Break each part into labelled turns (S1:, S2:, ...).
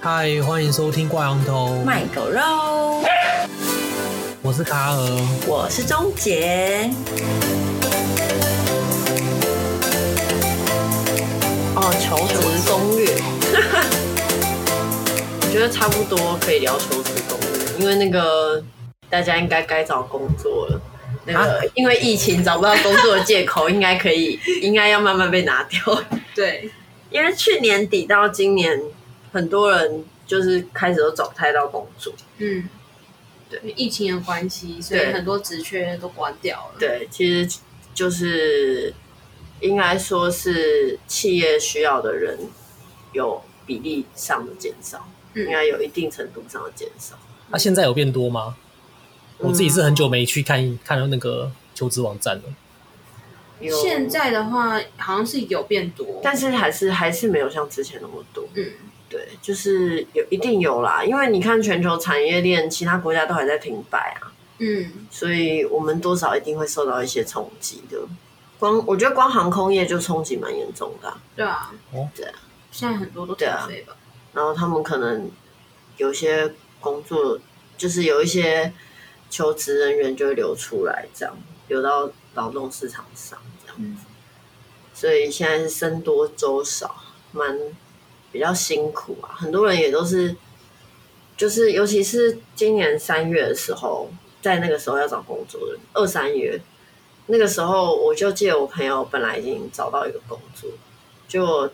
S1: 嗨，欢迎收听《挂羊头》，
S2: 卖狗肉，
S1: 我是卡尔。
S2: 我是钟杰。
S3: 哦，求职攻略，我觉得差不多可以聊求职攻略，因为那个大家应该该找工作了。那个、
S1: 啊
S3: 因为疫情找不到工作的借口，应该可以， 应该要慢慢被拿掉。
S2: 对，
S3: 因为去年底到今年，很多人就是开始都找不太到工作。
S4: 嗯，对，疫情的关系，所以
S3: 对
S4: 很多职缺都关掉了。
S3: 对，其实就是应该说是企业需要的人有比例上的减少，
S4: 嗯
S3: 应该有一定程度上的减少。
S1: 那、啊现在有变多吗？
S3: 嗯
S1: 我自己是很久没去看看那个求职网站了。
S3: 有
S4: 现在的话好像是有变多，
S3: 但是还是还是没有像之前那么多。
S4: 嗯，
S3: 对，就是有一定有啦，因为你看全球产业链，其他国家都还在停摆啊，
S4: 嗯，
S3: 所以我们多少一定会受到一些冲击的。光我觉得光航空业就冲击蛮严重的啊、
S4: 对啊，
S1: 哦
S3: 对啊，
S4: 现在很多都
S3: 对啊
S4: 停飞吧，
S3: 然后他们可能有些工作就是有一些求职人员就会流出来，这样流到劳动市场上这样子。所以现在是僧多粥少，蛮比较辛苦啊。很多人也都是，就是尤其是今年三月的时候，在那个时候要找工作的人，二三月那个时候，我就记得我朋友本来已经找到一个工作，就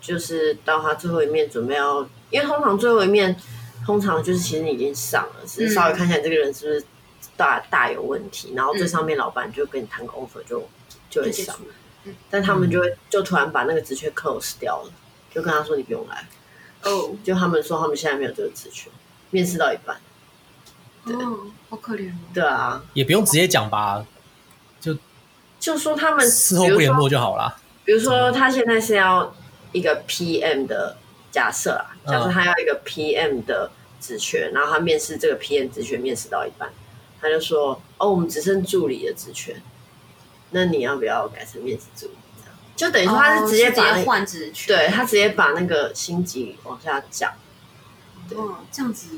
S3: 就是到他最后一面准备要，因为通常最后一面，通常就是其实你已经上了，只是稍微
S4: 嗯
S3: 看一下这个人是不是大大有问题，然后最上面老板就跟你谈个 offer 就就
S4: 就
S3: 会
S4: 结
S3: 上
S4: 束。了。
S3: 但他
S1: 嗯
S3: 们就会就突然把那个职缺 close 掉了，就跟他说你不用来，
S4: 哦，
S3: 就他们说他们现在没有这个职缺，面试到一半，
S4: 哦，好可怜哦。
S3: 对啊，
S1: 也不用直接讲吧，
S3: 就说他们
S1: 事后不联络就好啦。
S3: 比如说，比如说他现在是要一个 PM 的假设啊，
S1: 嗯
S3: 假设他要一个 PM 的职缺，然后他面试这个 PM 职缺面试到一半，他就说哦，我们只剩助理的职缺，那你要不要改成面试助理？这样就等于说他是直接
S4: 哦
S3: 把那
S4: 直接
S3: 个、
S4: 换职缺，
S3: 对他直接把那个星级往下降。对
S4: 哦，这样子，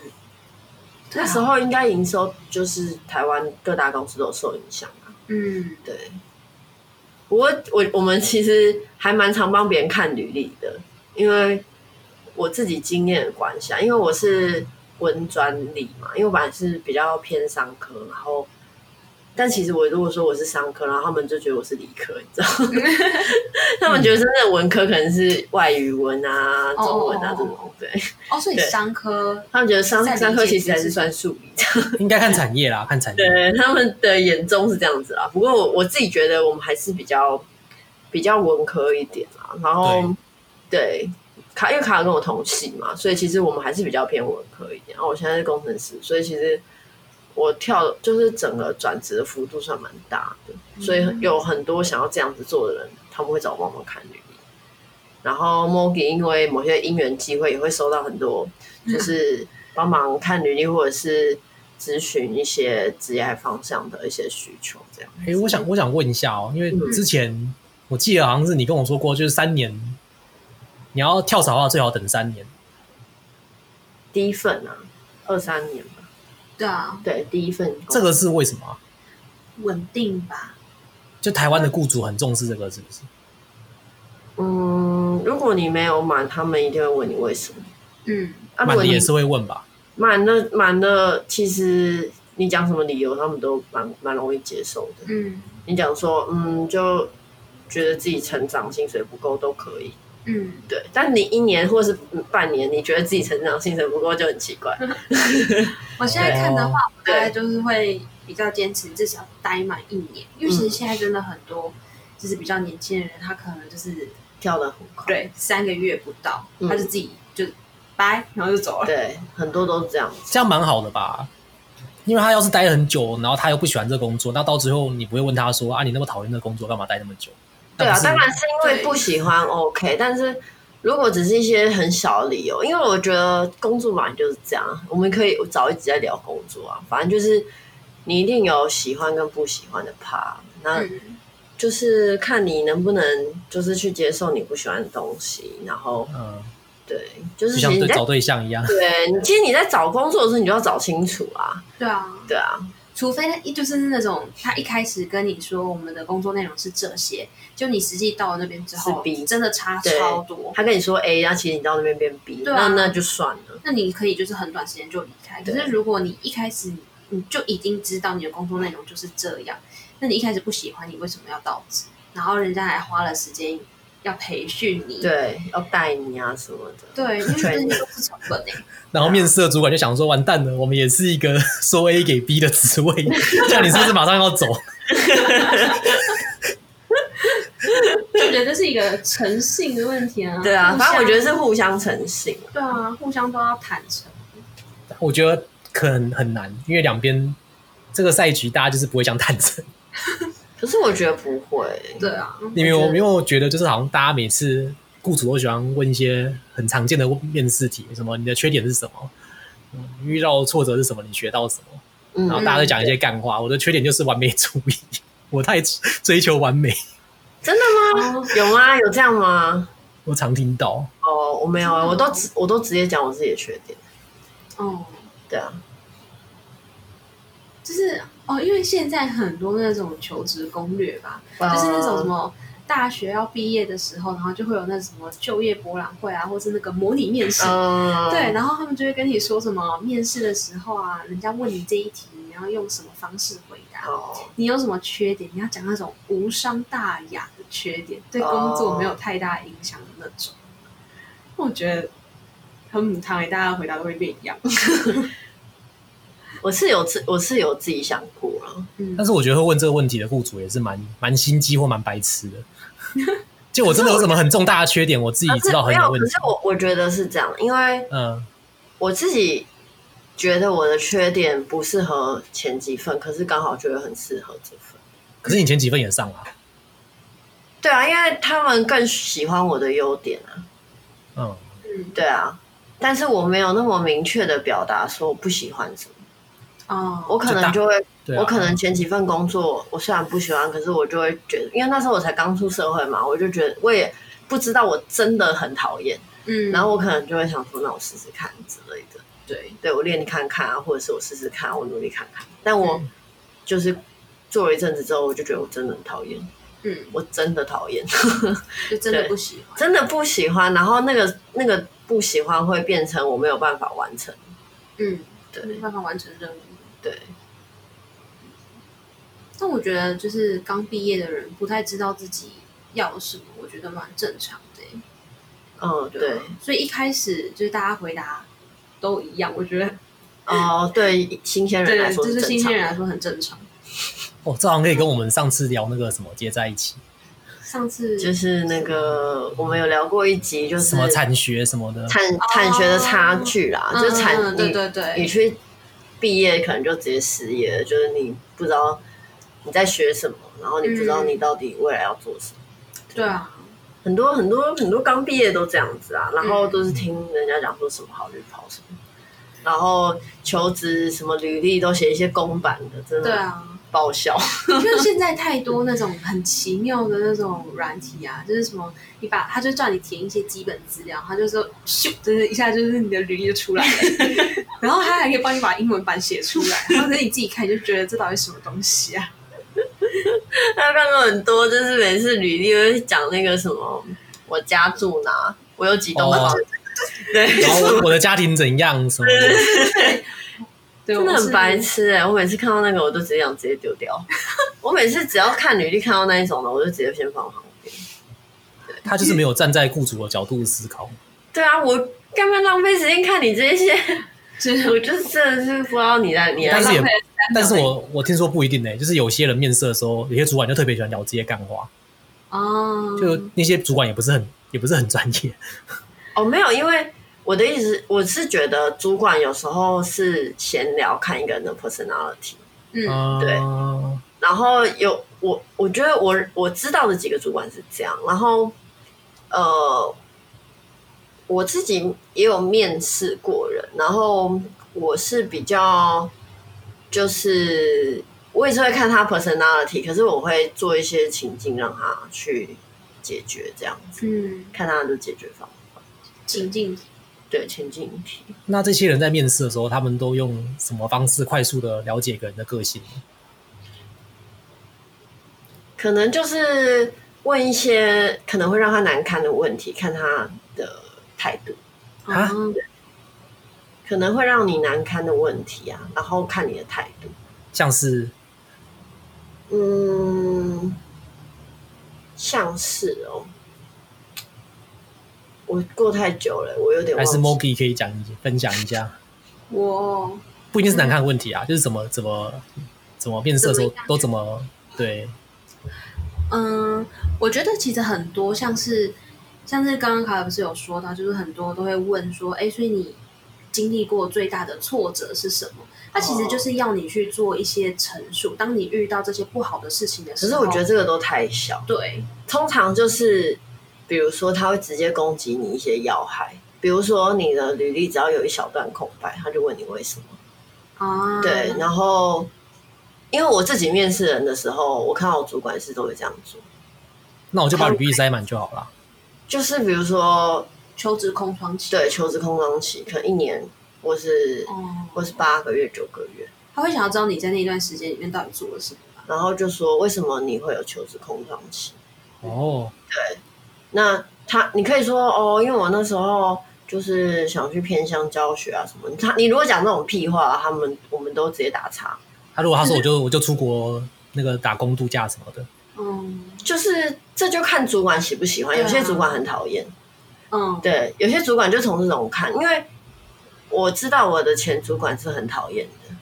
S4: 对
S3: 那
S4: 啊
S3: 时，候应该营收就是台湾各大公司都有受影响啊。
S4: 嗯，
S3: 对，不过我我们其实还蛮常帮别人看履历的，因为我自己经验的关系啊，因为我是文专理嘛，因为我本来是比较偏商科，然后但其实我如果说我是商科，然后他们就觉得我是理科，你知道吗？ 他们觉得真正的文科可能是外语文啊、
S4: 哦
S3: 中文啊
S4: 哦
S3: 这
S4: 哦
S3: 种，对
S4: 哦，所以
S3: 对
S4: 商科，
S3: 他们觉得商
S4: 在理
S3: 商科
S4: 解
S3: 其实还
S4: 知
S3: 是
S4: 识
S3: 算数理这样。
S1: 应该看产业 啦，看产业。
S3: 对，他们的眼中是这样子啦。不过我我自己觉得我们还是比较比较文科一点啦。然后对卡，因为卡尔跟我同系嘛，所以其实我们还是比较偏文科一点。然后我现在是工程师，所以其实我跳就是整个转职的幅度算蛮大的，所以
S1: 嗯
S3: 有很多想要这样子做的人，他们会找我帮忙看履历。然后 Mogi 因为某些因缘机会，也会收到很多，
S1: 嗯
S3: 就是帮忙看履历或者是咨询一些职业方向的一些需求，这样。
S1: 哎、我想我想问一下哦、因为
S3: 嗯
S1: 之前我记得好像是你跟我说过，就是三年你要跳槽的话，最好等三年。
S3: 第一份啊，二三年吧，
S4: 对啊，
S3: 对，第一份工
S1: 这个是为什么啊、
S4: 稳定吧，
S1: 就台湾的雇主很重视这个，是不是？
S3: 嗯，如果你没有满，他们一定会问你为什么。
S4: 嗯，
S3: 啊，如
S1: 满
S3: 果
S1: 的
S3: 你
S1: 也是会问吧？
S3: 满的满的，其实你讲什么理由，他们都蛮蛮容易接受的。
S4: 嗯，
S3: 你讲说，嗯，就觉得自己成长薪水不够都可以，
S4: 嗯，
S3: 对。但你一年或是半年，你觉得自己成长薪水不够就很奇怪。
S4: 我现在看的话，我
S3: 对
S4: 大概就是会比较坚持，至少待满一年，因为其实现在真的很多就是比较年轻的人，他可能就是
S3: 跳得很快，
S4: 对三个月不到，
S3: 嗯
S4: 他就自己就拜，然后就走了。
S3: 对，很多都是这样子。
S1: 这样蛮好的吧？因为他要是待很久，然后他又不喜欢这工作，那到最后你不会问他说啊，你那么讨厌这工作，干嘛待那么久？
S3: 对啊
S1: 那，不是
S3: 当然是因为不喜欢 OK，但是如果只是一些很小的理由，因为我觉得工作嘛就是这样，啊我们可以早一直在聊工作啊，反正就是你一定有喜欢跟不喜欢的 part，那
S4: 嗯，
S3: 就是看你能不能就是去接受你不喜欢的东西，然后
S1: 嗯，
S3: 对，就
S1: 就
S3: 是其实
S1: 像
S3: 你
S1: 对
S3: 在
S1: 找对象 一样。
S3: 对，你其实你在找工作的时候，你就要找清楚啊。
S4: 对啊，
S3: 对啊，
S4: 除非他一就是那种他一开始跟你说我们的工作内容是这些，就你实际到了那边之
S3: 是
S4: 后
S3: 比，
S4: 真的差
S3: 对
S4: 超多。
S3: 他跟你说 A，然后其实你到那边变 B，、
S4: 对
S3: 那
S4: 啊
S3: 那就算了。
S4: 那你可以就是很短时间就离开。可
S3: 对
S4: 是如果你一开始你就已经知道你的工作内容就是这样，那你一开始不喜欢，你为什么要到职？然后人家还花了时间要培训你，
S3: 对，要带你啊什么的。
S4: 对，因为这些都是成本欸诶、
S1: 然后面试的主管就想说，完蛋了，我们也是一个 说 A 给 B 的职位， 这样你是不是马上要走？
S4: 就觉得这是一个诚信的问题啊。
S3: 对啊，
S4: 互相
S3: 反正我觉得是互相诚信啊。
S4: 对啊，互相都要坦诚。
S1: 我觉得可能很难，因为两边这个赛局大家就是不会想坦诚，
S3: 可是我觉得不会，
S4: 对啊，
S1: 因为
S3: 我
S1: 我
S3: 觉
S1: 因
S3: 得
S1: 为我觉得就是好像大家每次雇主都喜欢问一些很常见的面试题，什么你的缺点是什么，嗯遇到挫折是什么，你学到什么，
S3: 嗯
S1: 然后大家都讲一些干话。我的缺点就是完美主义，我太追求完美，
S3: 真的吗？有吗？有这样吗？
S1: 我常听到。
S3: 哦，我没有啊，
S4: 真的吗
S3: 我都直我都直接讲我自己的缺点。
S4: 哦、
S3: 对啊，
S4: 就是哦，因为现在很多那种求职攻略吧，
S3: 哦
S4: 就是那种什么大学要毕业的时候，然后就会有那什么就业博览会啊，或是那个模拟面试，
S3: 嗯，
S4: 对，然后他们就会跟你说什么面试的时候啊，人家问你这一题，你要用什么方式回答，
S3: 哦，
S4: 你有什么缺点，你要讲那种无伤大雅的缺点，对
S3: 哦
S4: 工作没有太大影响的那种。我觉得很母汤欸，大家的回答都会变一样。
S3: 我是有自我是有自己想过啊了，
S4: 嗯
S1: 但，是我觉得会问这个问题的雇主也是蛮蛮心机或蛮白痴 的。就我真的有什么很重大的缺点，我自己
S3: 可
S1: 知
S3: 是
S1: 道
S3: 没
S1: 很
S3: 有，
S1: 有问
S3: 可
S1: 题
S3: 是。我我觉得是这样，因为
S1: 嗯，
S3: 我自己觉得我的缺点不适合前几份，可是刚好觉得很适合这份。
S1: 可是你前几份也上了啊、
S3: 对啊，因为他们更喜欢我的优点啊。
S1: 嗯，
S4: 嗯
S3: 对啊，但是我没有那么明确的表达说我不喜欢什么，我
S4: 哦，
S3: 可
S1: 就大
S3: 能就会，
S1: 对、啊，
S3: 我可能前几份工作我虽然不喜欢，可是我就会觉得，因为那时候我才刚出社会嘛，我就觉得我也不知道我真的很讨厌，
S4: 嗯，
S3: 然后我可能就会想说，那我试试看之类的，
S4: 对，
S3: 对我练看看啊，或者是我试试看，我努力看看，但我
S1: 嗯
S3: 就是做了一阵子之后，我就觉得我真的很讨厌，
S4: 嗯，
S3: 我真的讨厌。
S4: 就真的
S3: 对
S4: 不喜欢。
S3: 真的不喜欢，然后那个那个不喜欢会变成我没有办法完成。
S4: 嗯，没
S3: 对
S4: 办法完成任务。
S3: 对，
S4: 但我觉得就是刚毕业的人不太知道自己要什么，我觉得蛮正常的欸。
S3: 嗯对
S4: 啊，所以一开始就是大家回答都一样，我觉得
S3: 哦对，新鲜人来
S4: 对，
S3: 说
S4: 这是
S3: 是
S4: 新
S3: 正常
S4: 鲜人来说很正常。
S1: 哦，这好像可以跟我们上次聊那个什么接在一起，
S4: 上次
S3: 就是那个我们有聊过一集，就是
S1: 什么产学什么的，
S3: 产产学的差距啦，
S4: 哦嗯
S3: 啊就是产
S4: 嗯嗯
S3: 你
S4: 对对
S3: 你
S4: 对，
S3: 去毕业可能就直接失业了，就是你不知道你在学什么，然后你不知道
S4: 嗯
S3: 你到底未来要做什么。
S4: 对啊，
S3: 很多很多很多刚毕业都这样子啊，然后都是听人家讲说什么好就跑什么，然后求职什么履历都写一些公版的，真
S4: 对
S3: 的
S4: 啊，
S3: 爆笑。
S4: 就是现在太多那种很奇妙的那种软体啊，就是什么，你把他就叫你填一些基本资料，他就说咻，就是一下就是你的履历就出来了， 然后他还可以帮你把英文版写出来，然后你自己看你就觉得这到底什么东西啊？
S3: 还有看过很多，就是每次履历都会讲那个什么我家住哪，我有几栋房，
S1: 哦
S3: 对，
S1: 然后 我我的家庭怎样什么的，
S4: 对，
S3: 真的
S4: 我
S3: 很
S4: 是
S3: 白痴哎、我每次看到那个，我都直接想直接丢掉。 我每次只要看履历看到那一种的，我就直接先放旁边。
S1: 他就是没有站在雇主的角度思 考。
S3: 对啊，我干嘛浪费时间看你这些？
S4: 就是
S3: 我就是真的是不知道你在你在
S1: 但是也
S3: 浪费
S1: 但是我我听说不一定呢、就是有些人面试的时候，有些主管就特别喜欢聊这些干话，
S4: 哦，
S1: 就那些主管也不是很也不是很专业，
S3: 哦，没有，因为我的意思是，我是觉得主管有时候是闲聊看一个人的 personality，
S4: 嗯
S1: 嗯，
S3: 对然后有我，我觉得我我知道的几个主管是这样，然后呃，我自己也有面试过人，然后我是比较就是我也是会看他 personality，可是我会做一些情境让他去解决这样子，
S4: 嗯，
S3: 看他的解决方法。
S4: 情境题
S3: 对情境题。
S1: 那这些人在面试的时候，他们都用什么方式快速的了解一个人的个性？
S3: 可能就是问一些可能会让他难堪的问题，看他的态度，
S1: 啊
S4: 嗯
S3: 可能会让你难堪的问题啊，然后看你的态度。
S1: 像是
S3: 嗯，像是哦，我过太久了，我有点
S1: 还
S3: 忘
S1: 是
S3: 记。
S1: Moki 可以讲一分享一下，
S4: 我
S1: 不一定是难看的问题啊，就是怎么怎么怎么面试的时候都怎么对
S4: 嗯，我觉得其实很多像是像是刚刚卡尔不是有说到，就是很多都会问说，哎，所以你经历过最大的挫折是什么？它其实就是要你去做一些陈述。当你遇到这些不好的事情的
S3: 只
S4: 时
S3: 是
S4: 候，
S3: 我觉得这个都太小，
S4: 对，
S3: 通常就是比如说他会直接攻击你一些要害，比如说你的履历只要有一小段空白，他就问你为什么。
S4: 啊，
S3: 对，然后因为我自己面试人的时候，我看到我主管是都会这样做，
S1: 那我就把履历塞满就好了。
S3: 就是比如说
S4: 求职空窗期，，
S3: 对求职空窗期，可能一年或是
S4: 哦，
S3: 或是八个月、九个月，
S4: 他会想要知道你在那一段时间里面到底做了什么吧。
S3: 然后就说为什么你会有求职空窗期？
S1: 哦，
S3: 那他你可以说哦，因为我那时候。就是想去偏乡教学啊什么，他你如果讲那种屁话，他们我们都直接打叉。
S1: 他如果他说我就 我就出国那个打工度假什么的，
S4: 嗯
S3: 就是这就看主管喜不喜欢，有些
S4: 对啊
S3: 主管很讨厌，
S4: 嗯，
S3: 对，有些主管就从这种看，因为我知道我的前主管是很讨厌的，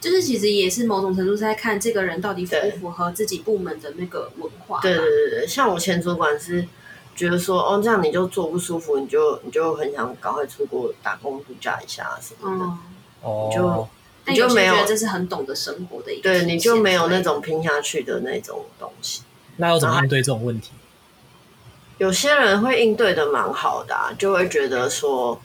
S4: 就是其实也是某种程度是在看这个人到底符
S3: 对
S4: 不符合自己部门的那个文化吧。
S3: 对对对对，像我前主管是觉得说，哦，这样你就做不舒服，你就你就很想赶快出国打工度假一下什么的，
S4: 嗯。
S1: 哦
S3: 就，
S4: 但
S3: 你就
S4: 有些
S3: 没
S4: 人觉
S3: 有
S4: 得这是很懂得生活的一个体
S3: 对，
S4: 现
S3: 你就没有那
S4: 之类的
S3: 种拼下去的那种东西。
S1: 那要怎么应对这种问题？
S3: 啊有些人会应对的蛮好的、啊，就会觉得说，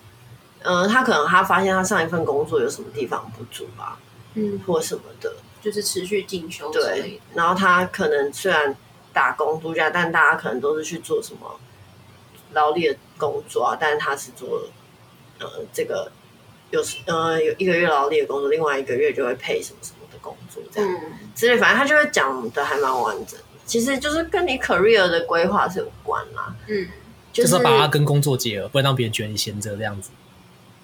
S3: 嗯、他可能他发现他上一份工作有什么地方不足啊，
S4: 嗯，
S3: 或什么的，
S4: 就是持续进修之类
S3: 对
S4: 的，，
S3: 然后他可能虽然打工度假，但大家可能都是去做什么劳力的工作啊，但是他是做呃这个有时呃有一个月劳力的工作，另外一个月就会配什么什么的工作这样、
S4: 嗯，
S3: 之类，反正他就会讲的还蛮完整的。其实就是跟你 career 的规划是有关啦，
S4: 嗯，
S3: 就
S1: 就是
S3: 是
S1: 把它跟工作结合，不然让别人觉得你闲着这样子。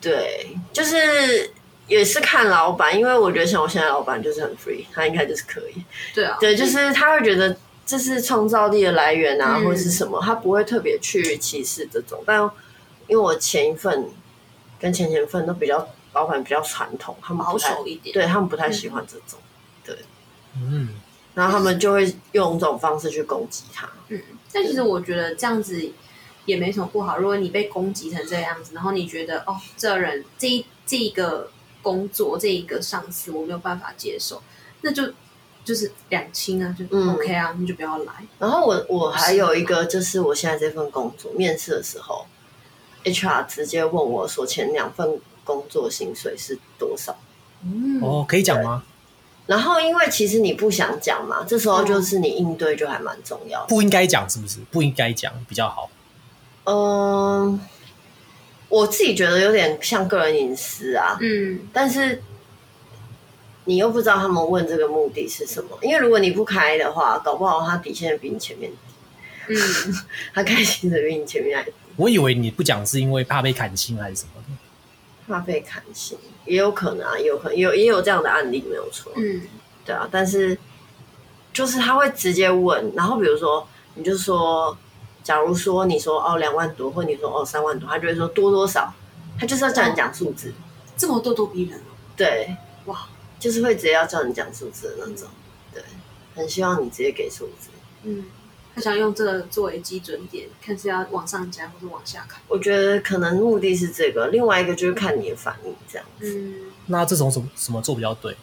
S3: 对，就是也是看老板，因为我觉得像我现在老板就是很 free，他应该就是可以。
S4: 对啊，
S3: 对，就是他会觉得这是创造力的来源啊，
S4: 嗯
S3: 或者是什么，他不会特别去歧视这种。但因为我前一份跟前前份都比较，老板比较传统，他们
S4: 保
S3: 不太
S4: 守一点，
S3: 对他们不太喜欢这种，
S1: 嗯，
S3: 然后他们就会用这种方式去攻击他。
S4: 嗯，但其实我觉得这样子也没什么不好。如果你被攻击成这样子，然后你觉得哦，这人这一这一个工作这一个上司我没有办法接受，那就就是两清啊，就
S3: 嗯
S4: OK 啊，你就不要来。
S3: 然后我我还有一个就是我现在这份工作面试的时候，HR 直接问我说前两份工作薪水是多少。
S4: 嗯，
S1: 哦，可以讲吗？
S3: 然后，因为其实你不想讲嘛，这时候就是你应对就还蛮重要的。
S1: 不应该讲是不是？不应该讲比较好。
S3: 嗯，我自己觉得有点像个人隐私啊，
S4: 嗯，
S3: 但是你又不知道他们问这个目的是什么，因为如果你不开的话，搞不好他底线比你前面低，
S4: 嗯，
S3: 他开心的比你前面还低
S1: 我以为你不讲是因为怕被砍薪还是什么的。
S3: 怕被砍薪，也有可能啊，也有可能也有也有这样的案例没有错，
S4: 嗯，
S3: 对啊，但是就是他会直接问，然后比如说你就说，假如说你说哦两万多，或你说哦三万多，他就会说多多少，他就是要叫你讲数字。
S4: 这么咄咄逼人哦。
S3: 对，
S4: 哇，
S3: 就是会直接要叫你讲数字的那种，对，很希望你直接给数字。
S4: 嗯，他想用这个作为基准点，看是要往上加或是往下看。
S3: 我觉得可能目的是这个，另外一个就是看你的反应这样子。
S4: 嗯，
S1: 那这种什么什么做比较对？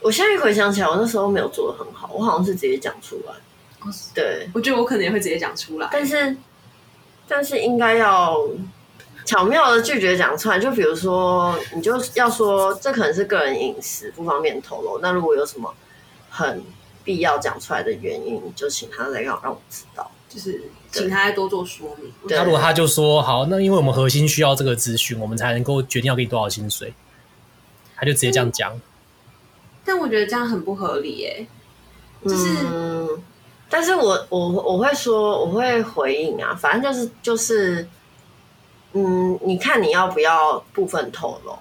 S3: 我现在回想起来，我那时候没有做的很好，我好像是直接讲出来，对，
S4: 我觉得我可能也会直接讲出来。
S3: 哦但是但是应该要巧妙的拒绝讲出来，就比如说你就要说这可能是个人隐私，不方便透露。那如果有什么很必要讲出来的原因，就请他来让让我知道。
S4: 就是请他多做说明。
S3: 对
S1: 那如果他就说好，那因为我们核心需要这个资讯，我们才能够决定要给你多少薪水，他就直接这样
S3: 嗯
S1: 讲。
S4: 但我觉得这样很不合理耶、就是
S3: 嗯，但是我我我会说，我会回应啊，反正就是就是，嗯，你看你要不要部分透露？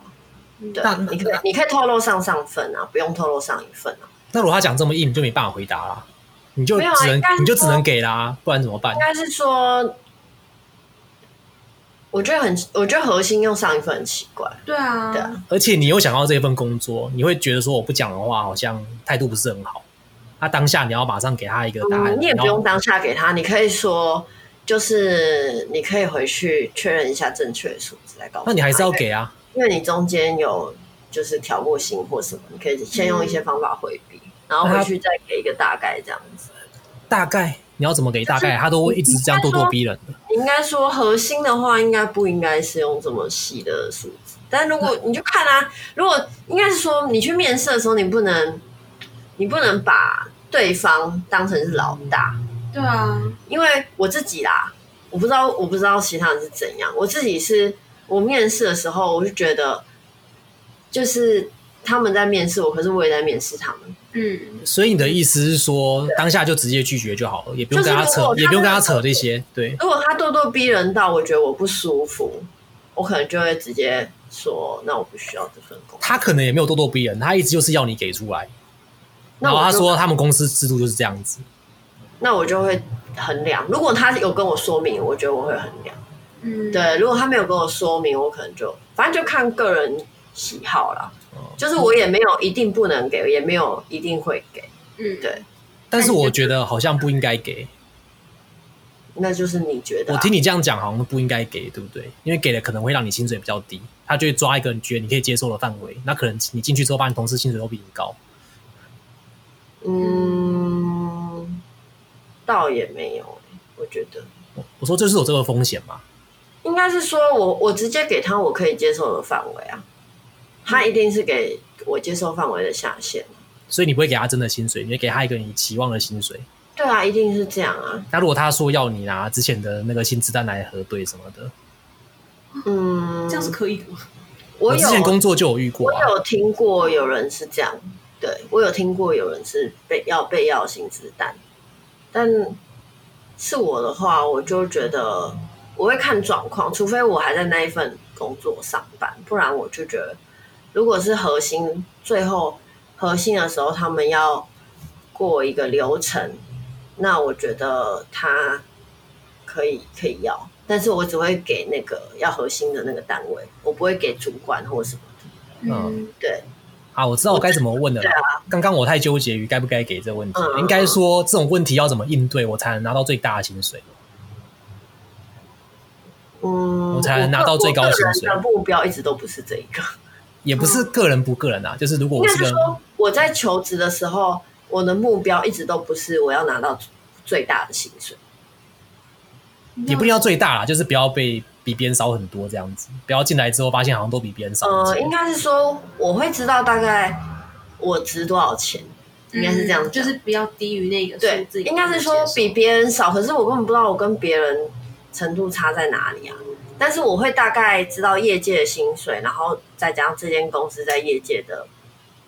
S3: 对
S1: 那，
S3: 你可以你可以透露上上份啊，不用透露上一份啊。
S1: 那如果他讲这么硬，你就没办法回答啦，你就
S3: 没有啊
S1: 只能
S3: 应该是
S1: 你就只
S3: 说
S1: 能给啦，不然怎么办
S3: 应？该是说，我觉得很，我觉得核心用上一份很奇怪，
S4: 对啊，
S3: 对啊
S1: 而且你又想要这份工作，你会觉得说我不讲的话，好像态度不是很好。他、当下你要马上给他一个答案，
S3: 嗯你也
S1: 然
S3: 不
S1: 后
S3: 用当下给他，你可以说。就是你可以回去确认一下正确的数字再告诉他。
S1: 那你还是要给啊。
S3: 因为你中间有就是挑过心或什么，你可以先用一些方法回避，然后回去再给一个大概这样子。
S1: 大概你要怎么给大概，他都会一直这样咄咄逼人的。
S3: 应该说核心的话，应该不应该是用这么细的数字？但如果你就看啊，如果应该是说你去面试的时候，你不能你不能把对方当成是老大，
S4: 对啊，
S3: 因为我自己啦，我不知道我不知道其他人是怎样，我自己是我面试的时候，我就觉得就是他们在面试我，可是我也在面试他们。
S4: 嗯，
S1: 所以你的意思是说，当下就直接拒绝就好了，也不用跟他
S3: 就是如
S1: 扯
S3: 果，他
S1: 也不用跟他
S3: 真的
S1: 扯这些。对，
S3: 如果他咄咄逼人到我觉得我不舒服，我可能就会直接说，那我不需要这份工作。
S1: 他可能也没有咄咄逼人，他一直就是要你给出来。然
S3: 那我
S1: 后他
S3: 就
S1: 说他们公司制度就是这样子，
S3: 那我就会衡量。如果他有跟我说明，我觉得我会衡量。
S4: 嗯，
S3: 对，如果他没有跟我说明，我可能就反正就看个人喜好啦。
S1: 哦
S3: 就是我也没有一定不能给，也没有一定会给，
S4: 嗯，
S3: 对，
S1: 但是我觉得好像不应该给。
S3: 那就是你觉得、
S1: 我
S3: 啊。
S1: 听你这样讲，好像不应该给，对不对？因为给了可能会让你薪水比较低，他就会抓一个你觉得你可以接受的范围。那可能你进去之后，发现同事薪水都比你高，
S3: 嗯，倒也没有、欸我觉得
S1: 我说这是有这个风险嘛？
S3: 应该是说我我直接给他我可以接受的范围啊，他一定是给我接受范围的下限。
S1: 所以你不会给他真的薪水，你会给他一个你期望的薪水。
S3: 对啊，一定是这样啊。
S1: 那如果他说要你拿之前的那个薪资单来核对什么的，
S3: 嗯，
S4: 这样是可以的吗？
S1: 我
S3: 我
S1: 之
S3: 有
S1: 前工作就有遇过
S3: 我
S1: 啊。
S3: 有听过有人是这样，对我有听过有人是被要被要薪资单，但是我的话，我就觉得我会看状况，除非我还在那一份工作上班，不然我就觉得，如果是核心最后核心的时候，他们要过一个流程，那我觉得他可以可以要，但是我只会给那个要核心的那个单位，我不会给主管或什么。
S1: 嗯
S4: 嗯，
S3: 对，
S1: 啊，我知道我该怎么问的啦。刚刚我太纠结于该不该给这个问题，
S3: 嗯
S1: 应该说这种问题要怎么应对，我才能拿到最大的薪水。
S3: 嗯，
S1: 我才能拿到最高薪水
S3: 我个人的目标一直都不是这一个，
S1: 也不是个人不个人啊，就是如果
S3: 嗯
S1: 我
S3: 应该
S1: 是
S3: 是
S1: 个
S3: 说我在求职的时候，我的目标一直都不是我要拿到最大的薪水。
S4: 嗯
S1: 也不一定要最大啦，就是不要被比别人少很多这样子，不要进来之后发现好像都比别人少很多。
S3: 呃，应该是说我会知道大概我值多少钱，应该是这样讲，
S4: 就是不要低于那个数
S3: 对，
S4: 字，
S3: 应该是说比别人少，可是我根本不知道我跟别人程度差在哪里啊。但是我会大概知道业界的薪水，然后再加上这间公司在业界的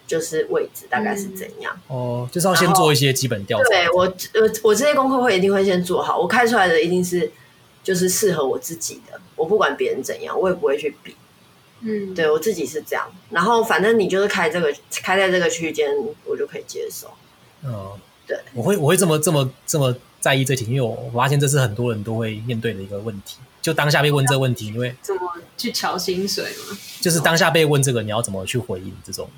S3: 就是位置大概是怎样。
S1: 哦，就是要先做一些基本调查。
S3: 对我，我我这些功课会一定会先做好，我开出来的一定是就是适合我自己的，我不管别人怎样，我也不会去比。
S4: 嗯，
S3: 对我自己是这样，然后反正你就是开这个开在这个区间，我就可以接受。
S1: 嗯，
S3: 对，
S1: 我会我会这么这么这么在意这题，因为我发现这是很多人都会面对的一个问题。就当下被问这个问题，因为
S4: 怎么去调薪水嘛？
S1: 就是当下被问这个，你要怎么去回应这种？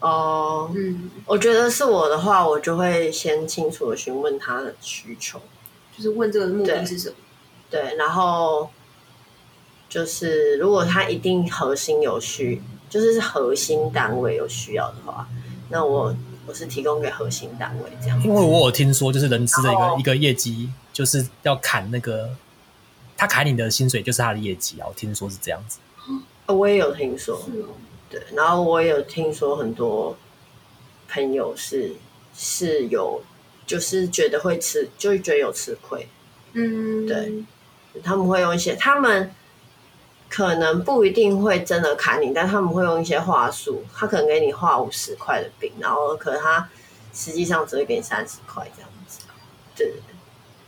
S3: 哦、
S4: 嗯，
S3: 我觉得是我的话，我就会先清楚的询问他的需求，
S4: 就是问这个目的是什么？
S3: 对，然后就是如果他一定核心有需，就是核心单位有需要的话，那我我是提供给核心单位这样。
S1: 因为我有听说，就是人资的一
S3: 然
S1: 个
S3: 后
S1: 一个业绩，就是要砍那个，他砍你的薪水就是他的业绩啊。我听说是这样子。
S3: 哦我也有听说，
S4: 是哦，
S3: 对，然后我也有听说很多朋友是是有，就是觉得会吃，就觉得有吃亏，
S4: 嗯，
S3: 对，他们会用一些，他们可能不一定会真的砍你，但他们会用一些话术，他可能给你画五十块的饼，然后可能他实际上只会给你三十块这样子。对，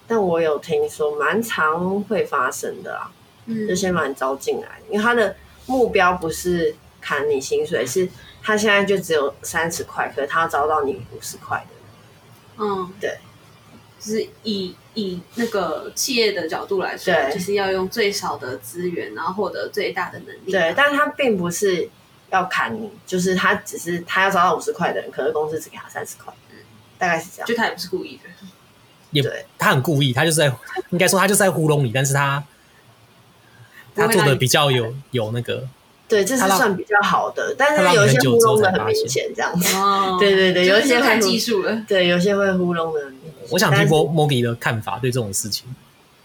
S3: 但我有听说蛮常会发生的啊，
S4: 嗯
S3: 这些蛮招进来，因为他的目标不是砍你薪水，是他现在就只有三十块，可是他要招到你五十块的。
S4: 嗯，
S3: 对，
S4: 就是以以那个企业的角度来说，
S3: 对
S4: 就是要用最少的资源，然后获得最大的能力。
S3: 对，但他并不是要砍你，就是他只是他要找到五十块的人，可是公司只给他三十块，大概是这样。
S4: 就他也不是故意的。
S1: 也
S3: 对
S1: 他很故意，他就是在应该说他就是在糊弄你，但是他
S4: 不会
S1: 他
S4: 让
S1: 做的
S4: 你
S1: 比较有有那个，
S3: 对，这是
S1: 他让
S3: 算比较好的，但
S1: 他让
S3: 是
S1: 你
S3: 有一些
S1: 很久
S3: 糊
S1: 之后
S3: 弄的
S1: 才
S3: 很
S1: 发
S3: 明
S1: 现
S3: 显，这样子。
S4: 哦
S3: 对对对
S4: 就是
S3: 有一些
S4: 太
S3: 会
S4: 技术了。
S3: 对，有些会糊弄的很明显。
S1: 我想听
S3: 但是
S1: Mogi 的看法对这种事情，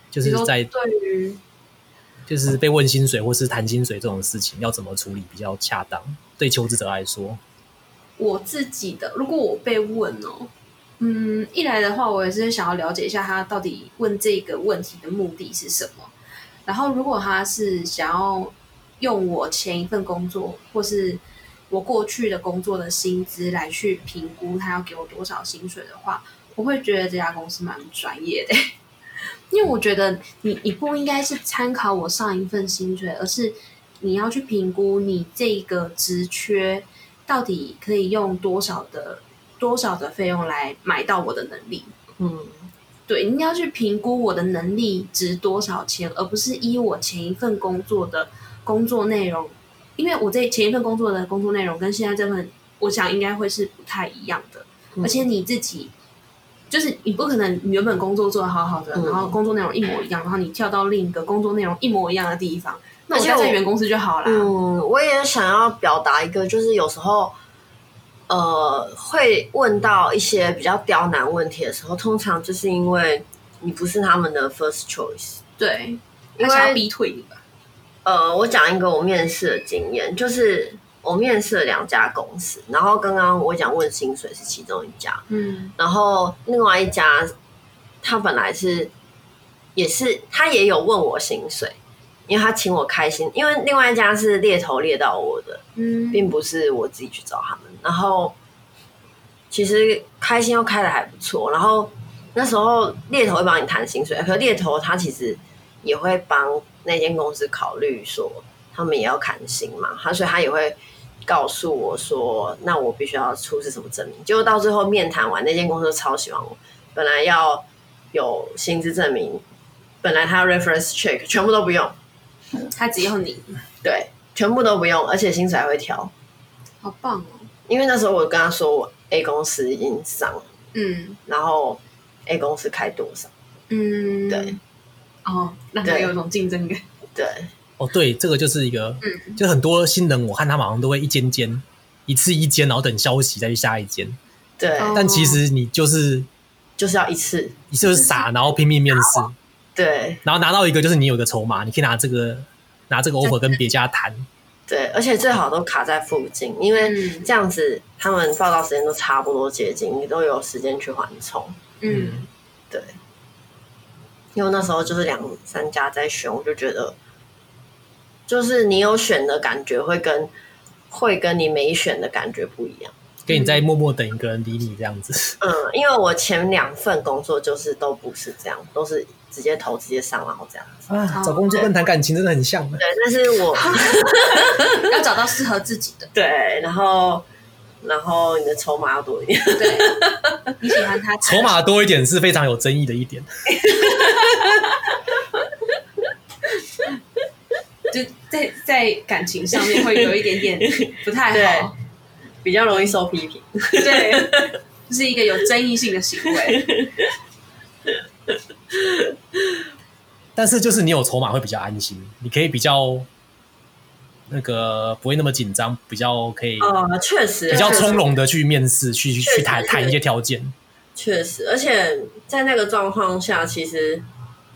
S1: 就
S4: 你
S1: 是
S4: 说
S1: 在
S4: 对于
S1: 就是被问薪水或是谈薪水这种事情要怎么处理比较恰当，对求职者来说，
S4: 我自己的，如果我被问哦，嗯，一来的话，我也是想要了解一下他到底问这个问题的目的是什么。然后，如果他是想要用我前一份工作或是我过去的工作的薪资来去评估他要给我多少薪水的话，我会觉得这家公司蛮专业的，因为我觉得你你不应该是参考我上一份薪水，而是你要去评估你这个职缺到底可以用多少的多少的费用来买到我的能力。
S3: 嗯，
S4: 对，你要去评估我的能力值多少钱，而不是依我前一份工作的工作内容，因为我这前一份工作的工作内容跟现在这份，我想应该会是不太一样的。
S3: 嗯
S4: 而且你自己，就是你不可能你原本工作做的好好的，
S3: 嗯
S4: 然后工作内容一模一样，然后你跳到另一个工作内容一模一样的地方，那我
S3: 而且
S4: 待在
S3: 我
S4: 原公司就好啦。
S3: 嗯，我也想要表达一个，就是有时候，呃，会问到一些比较刁难问题的时候，通常就是因为你不是他们的 first choice。
S4: 对，
S3: 因
S4: 他
S3: 为
S4: 想要逼退你吧。
S3: 呃，我讲一个我面试的经验，就是我面试了两家公司，然后刚刚我讲问薪水是其中一家，
S4: 嗯
S3: 然后另外一家，他本来是也是他也有问我薪水，因为他请我开心，因为另外一家是猎头猎到我的，
S4: 嗯，
S3: 并不是我自己去找他们。然后其实开心又开的还不错，然后那时候猎头会帮你谈薪水，可是猎头他其实也会帮那间公司考虑说他们也要砍薪嘛，他所以他也会。告诉我说，那我必须要出示什么证明？结果到最后面谈完，那间公司都超喜欢我。本来要有薪资证明，本来他要 reference check，全部都不用，
S4: 他只要你，
S3: 对，全部都不用，而且薪水还会调。
S4: 好棒哦。
S3: 因为那时候我跟他说我 A 公司已经上了，
S4: 嗯
S3: 然后 A 公司开多少？
S4: 嗯，
S3: 对。
S4: 哦，让他
S3: 对
S4: 有一种竞争感。
S3: 对，
S1: 哦，对，这个就是一个，
S4: 嗯
S1: 就很多新人，我看他们好像都会一间间，一次一间，然后等消息再去下一间。
S3: 对，
S4: 哦
S1: 但其实你就是
S3: 就是要一次，
S1: 你就是傻，然后拼命面试，
S4: 哦
S3: 对
S1: 然后拿到一个就是你有一个筹码，你可以拿这个拿这个 offer 跟别家谈。
S3: 对，而且最好都卡在附近，因为
S4: 嗯
S3: 这样子他们报道时间都差不多接近，你都有时间去缓冲。
S4: 嗯，
S3: 对，因为那时候就是两三家在选，我就觉得，就是你有选的感觉会跟会跟你没选的感觉不一样。
S1: 跟你在默默等一个人理你这样子，
S3: 嗯，因为我前两份工作就是都不是这样，都是直接投直接上，然后这样。
S1: 啊，找工作跟谈感情真的很像。
S3: 对，但是 我，
S4: 要找到适合自己的
S3: 对，然后然后你的筹码要多一点，
S4: 对，你喜欢他，
S1: 筹码多一点是非常有争议的一点，
S4: 就在在感情上面会有一点 点不太好，
S3: 比较容易受批评。
S4: 对，就是一个有争议性的行为。
S1: 但是就是你有筹码会比较安心，你可以比较那个不会那么紧张，比较可以
S3: 呃，确实
S1: 嗯比较
S3: 确实
S1: 从容的去面试，去去去谈
S3: 是
S1: 谈一些条件。
S3: 确实，而且在那个状况下，其实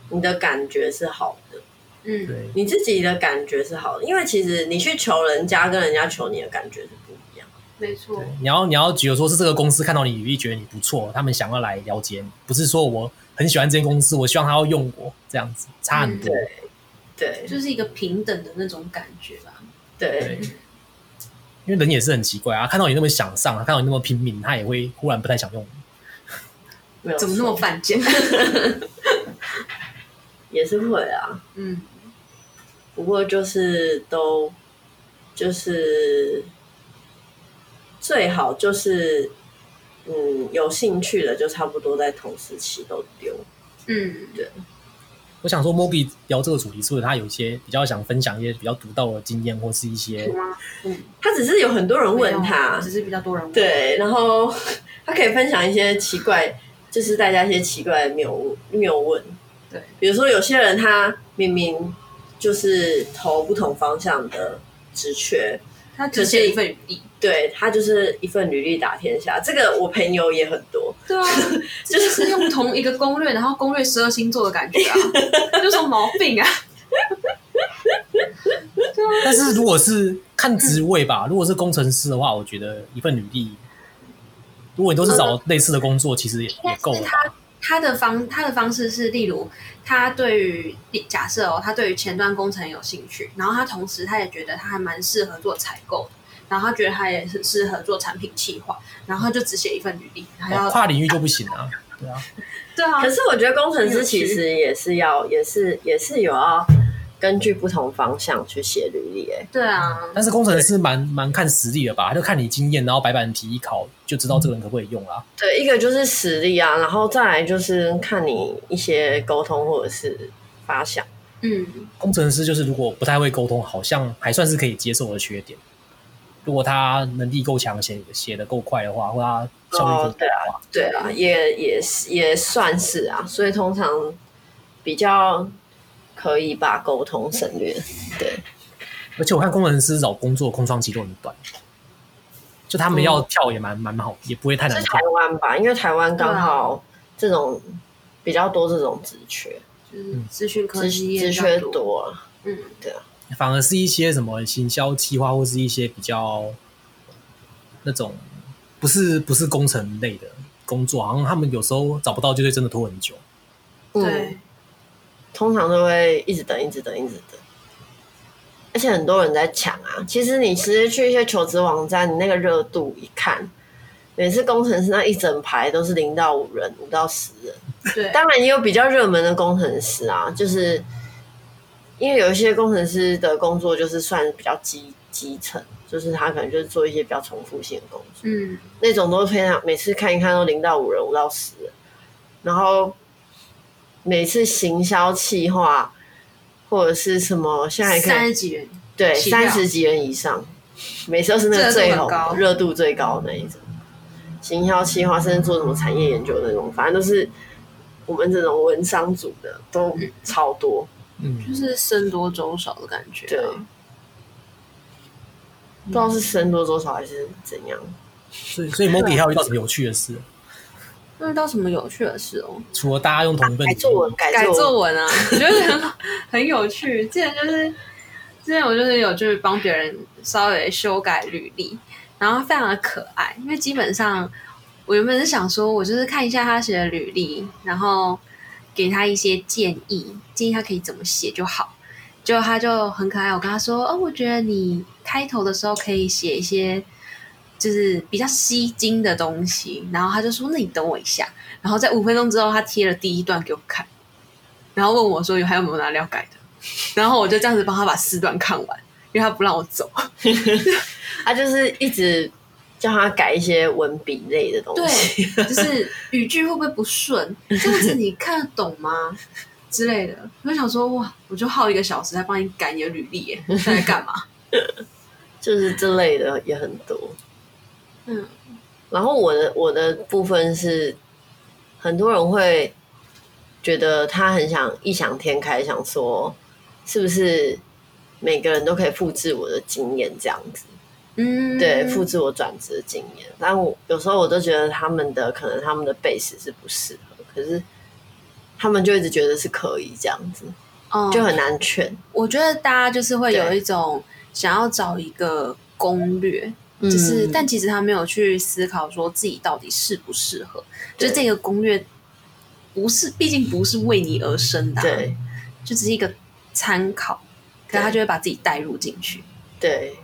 S3: 你的感觉是好的，
S4: 嗯，
S1: 对，
S3: 你自己的感觉是好的，因为其实你去求人家跟人家求你的感觉是不一样。
S4: 没错，
S1: 你要你要觉得说是这个公司看到你履历觉得你不错，他们想要来了解你，不是说我很喜欢这间公司，我希望他要用我这样子，差很多。
S3: 对
S4: 就是一个平等的那种感觉吧。
S3: 对
S1: 对，因为人也是很奇怪啊，看到你那么想上，看到你那么拼命，他也会忽然不太想用你。
S3: 没有
S4: 怎么那么
S3: 错
S4: 犯贱？
S3: 也是会啊，
S4: 嗯，
S3: 不过就是都就是最好就是嗯有兴趣的就差不多在同时期都丢，
S4: 嗯，
S1: 我想说，Moby 聊这个主题，是不是他有一些比较想分享一些比较独到的经验，或是一些
S3: 他只是有很多人问
S4: 没
S3: 他
S4: 有只，是比较多人问。，
S3: 对，然后 他可以分享一些奇怪，就是大家一些奇怪的谬谬问，
S4: 对，
S3: 比如说有些人他明明就是投不同方向的职缺，
S4: 他只写一份履历。
S3: 对他就是一份履历打天下，这个我朋友也很多。
S4: 对啊， 这就是用同一个攻略，然后攻略十二星座的感觉 啊，有什么毛病啊？
S1: 但是如果是看职位吧，如果是工程师的话，我觉得一份履历，如果你都是找类似的工作，其实也也够了吧。
S4: 他的方他的方式是，例如他对于假设哦，他对于前端工程有兴趣，然后他同时他也觉得他还蛮适合做采购的，然后他觉得他也是适合做产品企划，然后他就只写一份履历，然后
S1: 哦
S4: 要、
S1: 跨领域就不行啊，对啊，
S4: 对啊
S3: 可，是我觉得工程师其实也是要，也是也是有要根据不同方向去写履历、欸。
S4: 对啊，
S1: 但是工程师蛮蛮看实力的吧，他就看你经验，然后白板题一考就知道这个人可不可以用啦。
S3: 对，一个就是实力啊，然后再来就是看你一些沟通或者是发想。
S4: 嗯，
S1: 工程师就是如果不太会沟通，好像还算是可以接受的缺点。如果他能力够强，写写的够快的话，或他效率够
S3: 哦对
S1: 的话，
S3: 对啊，也也是也算是啊，所以通常比较可以把沟通省略。对，
S1: 而且我看工程师找工作空窗期都很短，就他们要跳也蛮蛮好，也不会太难
S3: 是
S1: 跳
S3: 台。湾吧，因为台湾刚好
S4: 啊
S3: 这种比较多这种职缺，
S4: 就是资讯科
S3: 职
S4: 技业
S3: 职
S4: 比较
S3: 缺多啊。
S4: 嗯，
S1: 反而是一些什么行销计划，或是一些比较那种不是不是工程类的工作，好像他们有时候找不到，就会真的拖很久。
S3: 嗯
S4: 对，
S3: 通常都会一直等，一直等，一直等。而且很多人在抢啊。其实你直接去一些求职网站，你那个热度一看，每次工程师那一整排都是零到五人，五到十人。
S4: 对，
S3: 当然也有比较热门的工程师啊，就是因为有一些工程师的工作就是算比较基基层，就是他可能就是做一些比较重复性的工作。
S4: 嗯，
S3: 那种都非常，每次看一看都零到五人，五到十人，然后每次行销企划或者是什么，现在也可
S4: 三
S3: 以
S4: 十几元，
S3: 对
S4: 起跳
S3: 三十几人以上，每次都是那个最
S4: 热
S3: 红
S4: 度很高
S3: 热度最高的那一种。行销企划，甚至做什么产业研究的那种，反正都是我们这种文商组的都超多。
S1: 嗯，
S4: 就是僧多粥少的感觉、啊，
S3: 对，不知道是僧多粥少还是怎样。
S1: 所以所以 Moby 还有遇到什么有趣的事？
S4: 那遇到什么有趣的事哦？
S1: 除了大家用同一份
S3: 改
S1: 礼物
S3: 作文，改
S4: 改
S3: 作文，
S4: 作 文啊，我觉得很好很有趣。之前就是之前我就是有就是帮别人稍微修改履历，然后非常的可爱，因为基本上我原本是想说，我就是看一下他写的履历，然后给他一些建议，建议他可以怎么写就好。结果他就很可爱，我跟他说：“哦，我觉得你开头的时候可以写一些就是比较吸睛的东西。”然后他就说：“那你等我一下。”然后在五分钟之后，他贴了第一段给我看，然后问我说有还有没有哪里要改的， 然后我就这样子帮他把四段看完，因为他不让我走。
S3: 他就是一直叫他改一些文笔类的东西。
S4: 对，就是语句会不会不顺， 这样子你看得懂吗？之类的。我就想说哇，我就耗一个小时在帮你改你的履历耶，你在干嘛？
S3: 就是这类的也很多。
S4: 嗯，
S3: 然后我的我的部分是，很多人会觉得他很想异想天开，想说是不是每个人都可以复制我的经验这样子？
S4: 嗯，
S3: 对，复制我转职的经验。但我有时候我都觉得他们的可能他们的 base 是不适合，可是他们就一直觉得是可以这样子，
S4: 嗯
S3: 就很难劝。
S4: 我觉得大家就是会有
S3: 对
S4: 一种想要找一个攻略，就是，
S3: 嗯
S4: 但其实他没有去思考说自己到底适不适合，就
S3: 对
S4: 是这个攻略不是，毕竟不是为你而生的、，啊
S3: 对
S4: 就只是一个参考，可是他就会把自己带入进去。
S3: 对，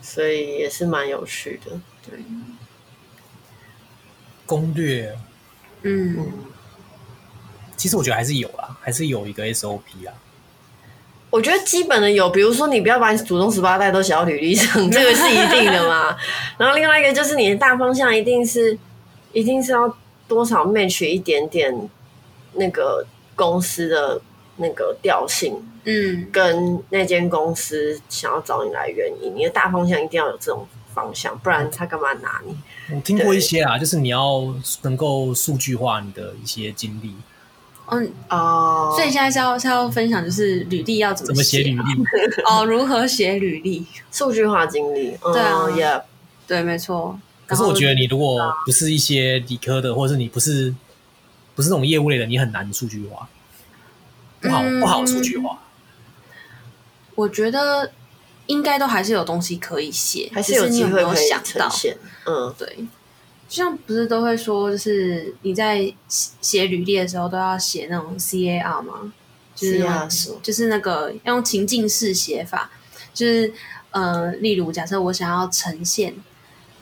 S3: 所以也是蛮有趣的。
S4: 对，
S1: 攻略
S4: 嗯，
S3: 嗯，
S1: 其实我觉得还是有啦，还是有一个 SOP 啦。
S3: 我觉得基本的有，比如说你不要把你祖宗十八代都写到履历上，这个是一定 的嘛。然后另外一个就是你的大方向一定是一定是要多少 match 一点点那个公司的那个调性，
S4: 嗯，
S3: 跟那间公司想要找你来的原因。你的大方向一定要有这种方向，不然他干嘛拿你？
S4: 嗯
S1: 我听过一些啦，就是你要能够数据化你的一些经历，
S4: 嗯，
S3: 哦、
S4: 所以现在是要是要分享，就是履历要怎
S1: 怎么写履
S4: 啊
S1: 历，
S4: 哦，如何写履历？
S3: 数据化经历，嗯、
S4: 对啊
S3: 也
S4: 对，没错。
S1: 可是我觉得
S4: 得，
S1: 你如果不是一些理科的，或者是你不是不是那种业务类的，你很难数据化，不好、
S4: 嗯
S1: 不好数据化。
S4: 我觉得应该都还是有东西可以写，
S3: 还是
S4: 只
S3: 有
S4: 你
S3: 机
S4: 有没
S3: 会
S4: 有
S3: 可以
S4: 想
S3: 呈
S4: 到？
S3: 现。嗯，
S4: 对，欸就像不是都会说，就是你在写写履历的时候都要写那种 CAR 吗？就是那种
S3: CAR 是什么
S4: 就是那个要用情境式写法，就是呃，例如假设我想要呈现。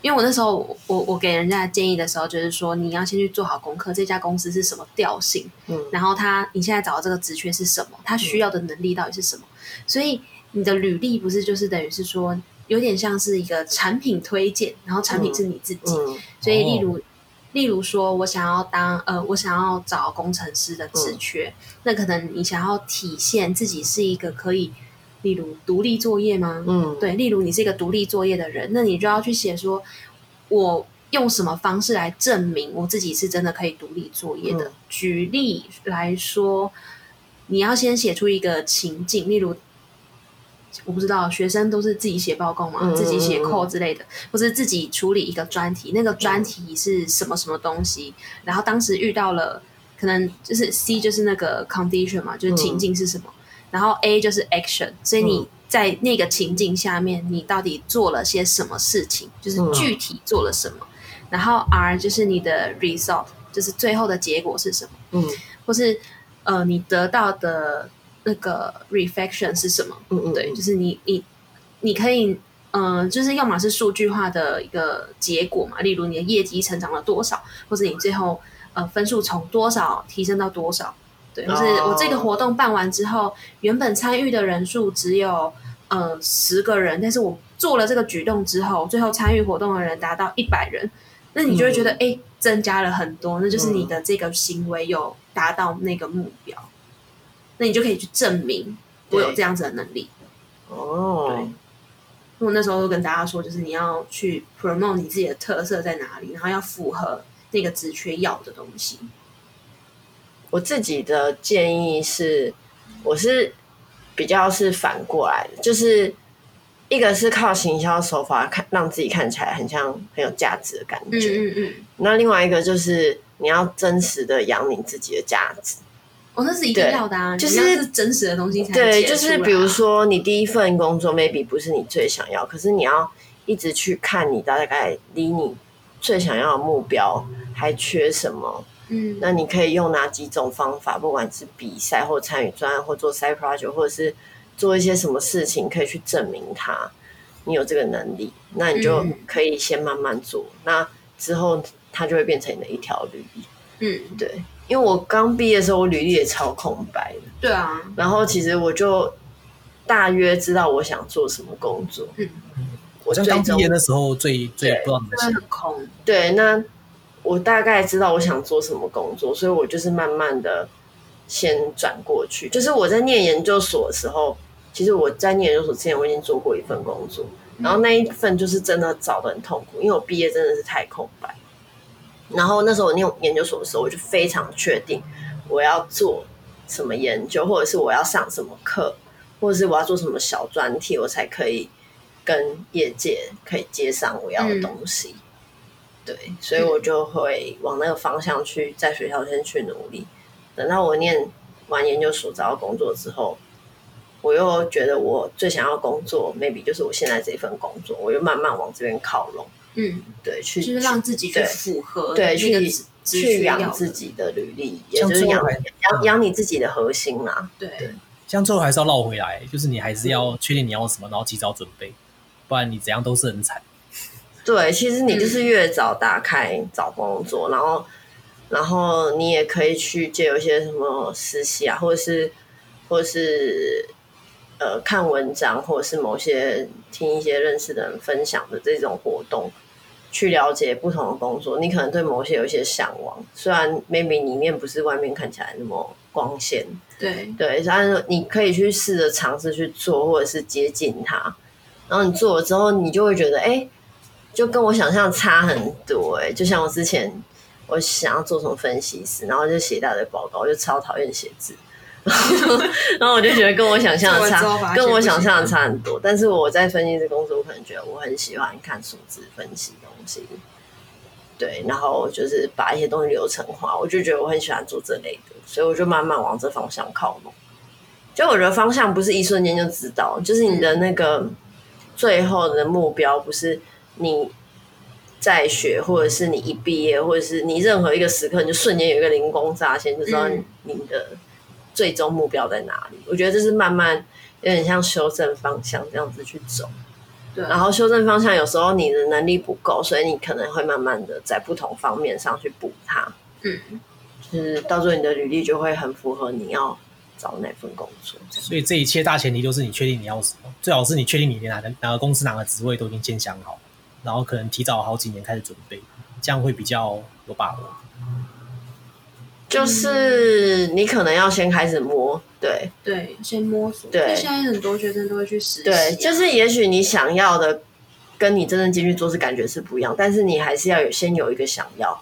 S4: 因为我那时候，我我我给人家的建议的时候，就是说你要先去做好功课，这家公司是什么调性，
S3: 嗯
S4: 然后他你现在找的这个职缺是什么，他需要的能力到底是什么？所以你的履历不是就是等于是说，有点像是一个产品推荐，然后产品是你自己。
S3: 嗯
S4: 所以例如、例如说我想要当呃，我想要找工程师的
S3: 嗯
S4: 职缺，那可能你想要体现自己是一个可以，例如独立作业吗？
S3: 嗯，
S4: 对，例如你是一个独立作业的人，那你就要去写说，我用什么方式来证明我自己是真的可以独立作业的。
S3: 嗯
S4: 举例来说，你要先写出一个情境，例如。我不知道，学生都是自己写报告嘛，
S3: 嗯
S4: 自己写
S3: 嗯嗯嗯
S4: code 之类的，或是自己处理一个专题，那个专题是什么什么东西，然后当时遇到了，可能就是 C 就是那个 condition 嘛，就是
S3: 嗯
S4: 情境是什么，然后 A 就是 action，所以你在那个情境下面，你到底做了些什么事情，就是
S3: 嗯
S4: 具体做了什么，然后 R 就是你的 result，就是最后的结果是什么，
S3: 嗯
S4: 或是呃你得到的那个 reflection 是什么。
S3: 嗯嗯，
S4: 对，就是你你你可以，呃，就是要么是数据化的一个结果嘛，例如你的业绩成长了多少，或者你最后呃分数从多少提升到多少，对，或是
S3: 哦
S4: 我这个活动办完之后，原本参与的人数只有呃十个人，但是我做了这个举动之后，最后参与活动的人达到一百人，那你就会觉
S3: 嗯
S4: 得哎、诶增加了很多，那就是你的这个行为有达到那个目标，那你就可以去证明我有
S3: 对
S4: 这样子的能力。
S3: 哦，
S4: 我那时候都跟大家说，就是你要去 promote 你自己的特色在哪里，然后要符合那个职缺要的东西。
S3: 我自己的建议是，我是比较是反过来的，就是一个是靠行销手法看让自己看起来很像很有价值的感觉，
S4: 嗯，
S3: 那另外一个就是你要真实的养你自己的价值。
S4: 哦，那是一定要的啊，
S3: 就是
S4: 你要是真实的东西才能
S3: 对，
S4: 写
S3: 就
S4: 得出
S3: 是
S4: 来啊
S3: 比如，说你第一份工作 maybe 不是你最想要，可是你要一直去看你大概离你最想要的目标还缺什么，
S4: 嗯，
S3: 那你可以用哪几种方法，不管是比赛或参与专案，或做 side project，或者是做一些什么事情，可以去证明它你有这个能力，那你就
S4: 嗯
S3: 可以先慢慢做，那之后它就会变成你的一条履历。
S4: 嗯，
S3: 对，因为我刚毕业的时候，我履历也超空白的。
S4: 对啊，
S3: 然后其实我就大约知道我想做什么工作。
S4: 嗯，
S1: 我
S3: 我
S1: 像
S3: 最
S1: 刚毕
S3: 终
S1: 业那时候最最
S3: 对
S1: 不知道怎么
S4: 会很空，
S3: 对，那我大概知道我想做什么工作，所以我就是慢慢的先转过去。就是我在念研究所的时候，其实我在念研究所之前我已经做过一份工作，然后那一份就是真的找的很痛苦，因为我毕业真的是太空白。然后那时候我念研究所的时候，我就非常确定我要做什么研究，或者是我要上什么课，或者是我要做什么小专题，我才可以跟业界可以接上我要的东西。对，所以我就会往那个方向去，在学校先去努力。等到我念完研究所找到工作之后，我又觉得我最想要工作，maybe 就是我现在这份工作，我又慢慢往这边靠拢。
S4: 嗯，
S3: 对，去
S4: 就是让自己去
S3: 对
S4: 符合
S3: 对
S4: 那个
S3: 去
S4: 职资
S3: 去
S4: 讯要
S3: 养
S4: 的
S3: 自己的履历，也
S1: 像
S3: 就是
S1: 做
S3: 养
S1: 完
S3: 养
S4: 嗯
S3: 养你自己的核心啊啦、
S4: 对，
S1: 像最后还是要绕回来，就是你还是要确定你要什么，然后及早准备，不然你怎样都是很惨。
S3: 对，其实你就是越早打开找工作，然后然后你也可以去借由一些什么实习啊，或者是或者是呃看文章，或者是某些听一些认识的人分享的这种活动，去了解不同的工作。你可能对某些有一些向往，虽然 maybe 里面不是外面看起来那么光鲜，
S4: 对，
S3: 对，但是你可以去试着尝试去做，或者是接近它。然后你做了之后，你就会觉得，哎、就跟我想象差很多、诶哎，就像我之前我想要做什么分析师，然后就写一大堆报告，我就超讨厌写字。 然后我就觉得跟我想象的
S4: 做完之后发
S3: 差，
S4: 现
S3: 跟我
S4: 不行
S3: 想象的差很多。但是我在分析这工作，我可能觉得我很喜欢看数字分析东西，对，然后就是把一些东西流程化，我就觉得我很喜欢做这类的，所以我就慢慢往这方向靠拢。就我觉得方向不是一瞬间就知道，就是你的那个最后的目标，不是你在学，或者是你一毕业，或者是你任何一个时刻，你就瞬间有一个灵光乍现，就知道
S4: 嗯
S3: 你的最终目标在哪里。我觉得这是慢慢有点像修正方向这样子去走。
S4: 对
S3: 然后修正方向有时候你的能力不够，所以你可能会慢慢的在不同方面上去补它。
S4: 嗯，
S3: 就是到最后你的履历就会很符合你要找哪份工作。
S1: 所以这一切大前提就是你确定你要什么，最好是你确定你连哪个哪个公司哪个职位都已经先想好，然后可能提早好几年开始准备，这样会比较有把握。
S3: 就是你可能要先开始摸，对
S4: 对，先摸索。
S3: 对
S4: 因为现在很多学生都会去实习啊、
S3: 对，就是也许你想要的跟你真正进去做是感觉是不一样，但是你还是要有先有一个想要，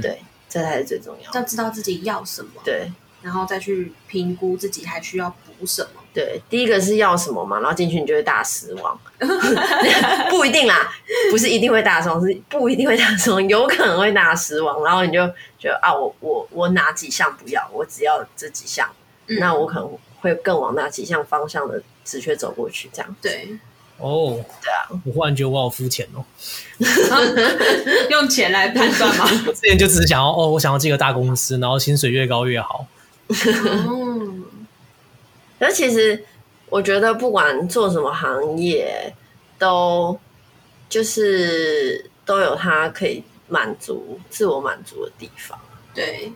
S1: 嗯
S3: 对，这才是最重要
S4: 要
S3: 的。
S4: 知道自己要什么，
S3: 对
S4: 然后再去评估自己还需要补什么。
S3: 对，第一个是要什么嘛，然后进去你就会大失望， 不一定啦，不是一定会大失望，是不一定会大失望，有可能会大失望，然后你就觉得啊，我我我哪几项不要，我只要这几项，
S4: 嗯
S3: 那我可能会更往那几项方向的直觉走过去，这样。
S4: 对，
S1: 哦，
S3: 对啊，
S1: 我忽然觉得我好肤浅哦，
S4: 用钱来判断吗？
S1: 我之前就只是想要哦，我想要进个大公司，然后薪水越高越好。
S3: 嗯
S4: 哦，
S3: 那其实我觉得，不管做什么行业，都就是都有它可以满足自我满足的地方。
S4: 对，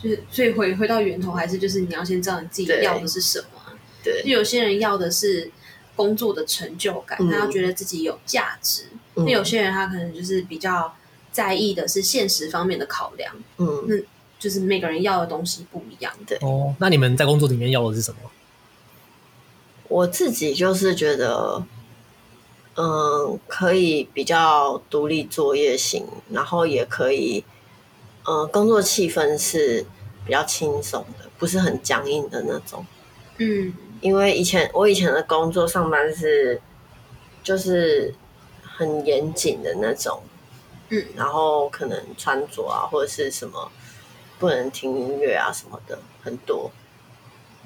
S4: 就是所以回回到源头，还是就是你要先知道你自己
S3: 对
S4: 要的是什么啊。就
S3: 对，
S4: 有些人要的是工作的成就感，
S3: 嗯
S4: 他要觉得自己有价值；
S3: 嗯
S4: 那、有些人他可能就是比较在意的是现实方面的考量，
S3: 嗯，
S4: 就是每个人要的东西不一样。
S1: 哦，那你们在工作里面要的是什么？
S3: 我自己就是觉得，嗯，可以比较独立作业型，然后也可以，嗯，工作气氛是比较轻松的，不是很僵硬的那种。
S4: 嗯
S3: 因为以前我以前的工作上班是就是很严谨的那种，
S4: 嗯，
S3: 然后可能穿着啊或者是什么不能听音乐啊什么的很多，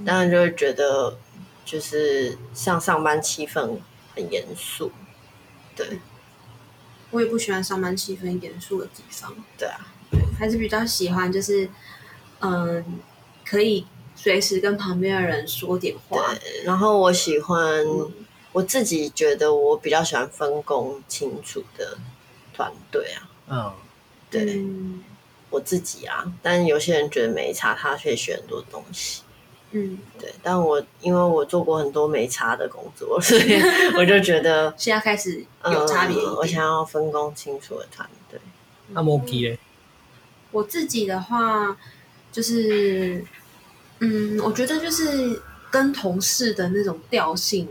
S3: 当然就会觉得就是像上班气氛很严肃，对
S4: 我也不喜欢上班气氛严肃的地方，
S3: 对啊，
S4: 还是比较喜欢就是嗯，可以随时跟旁边的人说点话。
S3: 对，然后我喜欢、我自己觉得我比较喜欢分工清楚的团队啊，
S1: 嗯，
S3: 对。
S4: 嗯
S3: 我自己啊，但有些人觉得没差，他却学很多东西。
S4: 嗯，
S3: 对，但我因为我做过很多没差的工作，所以我就 觉得
S4: 现在开始有差别一
S3: 嗯我
S4: 点。
S3: 想要分工清楚的团队。
S1: 那
S3: 嗯
S1: m o k 嘞？
S4: 我自己的话，就是，嗯，我觉得就是跟同事的那种调性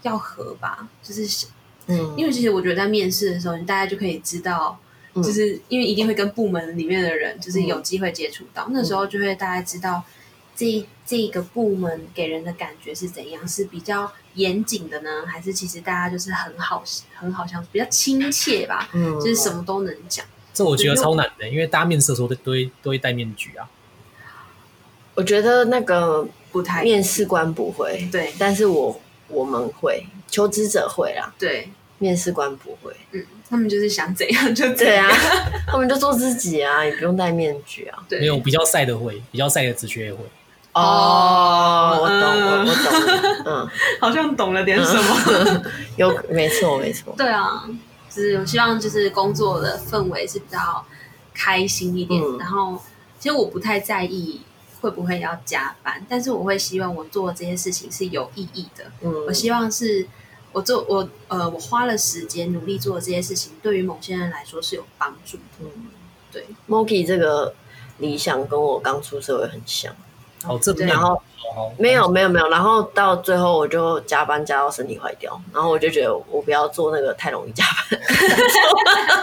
S4: 要合吧，就是
S3: 嗯，
S4: 因为其实我觉得在面试的时候，你大概就可以知道，
S3: 嗯
S4: 就是因为一定会跟部门里面的人就是有机会接触到，那时候就会大概知道这一这一个部门给人的感觉是怎样，是比较严谨的呢，还是其实大家就是很好很好相处，比较亲切吧，
S3: 嗯，
S4: 就是什么都能讲。
S1: 这我觉得超难的，因为大家面试的时候都都会都会戴面具啊。
S3: 我觉得那个
S4: 不太
S3: 面试官不会，
S4: 对
S3: 但是我我们会，求职者会啦。
S4: 对，
S3: 面试官不 会。
S4: 嗯，他们就是想怎样就怎
S3: 对
S4: 样
S3: 啊，，他们就做自己啊，也不用戴面具啊。
S4: 对，
S1: 没有比较晒的会，比较晒的直觉也会。
S3: 哦，我懂，我
S4: 嗯
S3: 我懂，嗯，
S4: 好像懂了
S3: 嗯
S4: 点 什么。
S3: 有没错没错，
S4: 对啊，就是我希望就是工作的氛围是比较开心一点。
S3: 嗯
S4: 然后其实我不太在意会不会要加班，但是我会希望我做这些事情是有意义的。
S3: 嗯，
S4: 我希望是我做我呃我花了时间努力做这些事情，对于某些人来说是有帮助的。
S3: 嗯，
S4: 对
S3: ，Mogi 这个理想跟我刚出社会很像，
S1: 好正面，
S3: 然后
S1: 好好
S3: 没有没有没有，然后到最后我就加班加到身体坏掉，然后我就觉得我不要做那个太容易加班，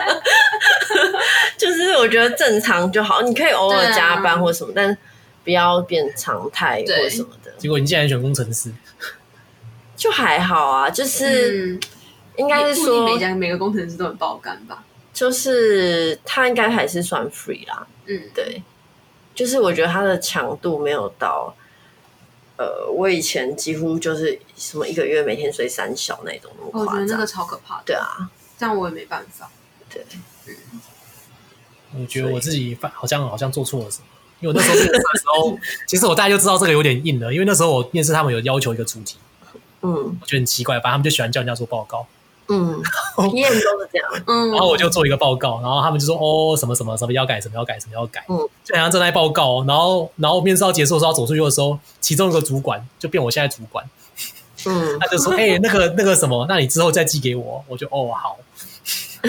S3: 就是我觉得正常就好，你可以偶尔加
S4: 对啊
S3: 班或什么，但不要变常态或
S4: 对
S3: 什么的，
S1: 结果你竟然选工程师，
S3: 就还好啊，就是
S4: 嗯，
S3: 应
S4: 应
S3: 该是说
S4: 每家每个工程师都很爆肝吧？
S3: 就是它应该还是算 free 啦，
S4: 嗯，
S3: 对，就是我觉得它的强度没有到，呃，我以前几乎就是什么一个月每天睡三小那种那么
S4: 哦我觉
S3: 夸
S4: 得那
S3: 张，
S4: 个超可怕的，
S3: 对啊，
S4: 这样我也没办法。
S3: 对，
S1: 我觉得我自己犯好像好像做错了什么。因为我那时候面试的时候，其实我大概就知道这个有点硬了，因为那时候我面试他们有要求一个主题，
S3: 嗯
S1: 我觉得很奇怪，反正他们就喜欢叫人家做报告，
S3: 嗯，验都是这样，
S4: 嗯，
S1: 然后我就做一个报告，然后他们就说哦什么什么什么要改，什么要改，什么要改，
S3: 嗯
S1: 就好像正在报告，哦然后然后面试到结束的时候要走出去的时候，其中一个主管就变我现在主管，
S3: 嗯，
S1: 他就说哎、那个那个什么，那你之后再寄给我，我就哦好，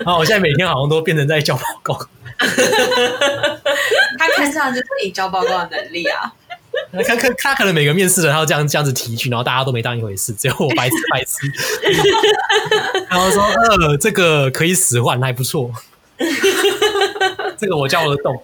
S1: 然后我现在每天好像都变成在叫报告，
S4: 他看上就是你交报告的能力 啊。
S1: 他他他他可能每个面试的他都这样这样子提取，然后大家都没当一回事，只有我白痴白痴。然后说呃，这个可以使唤，还不错。这个我教得动，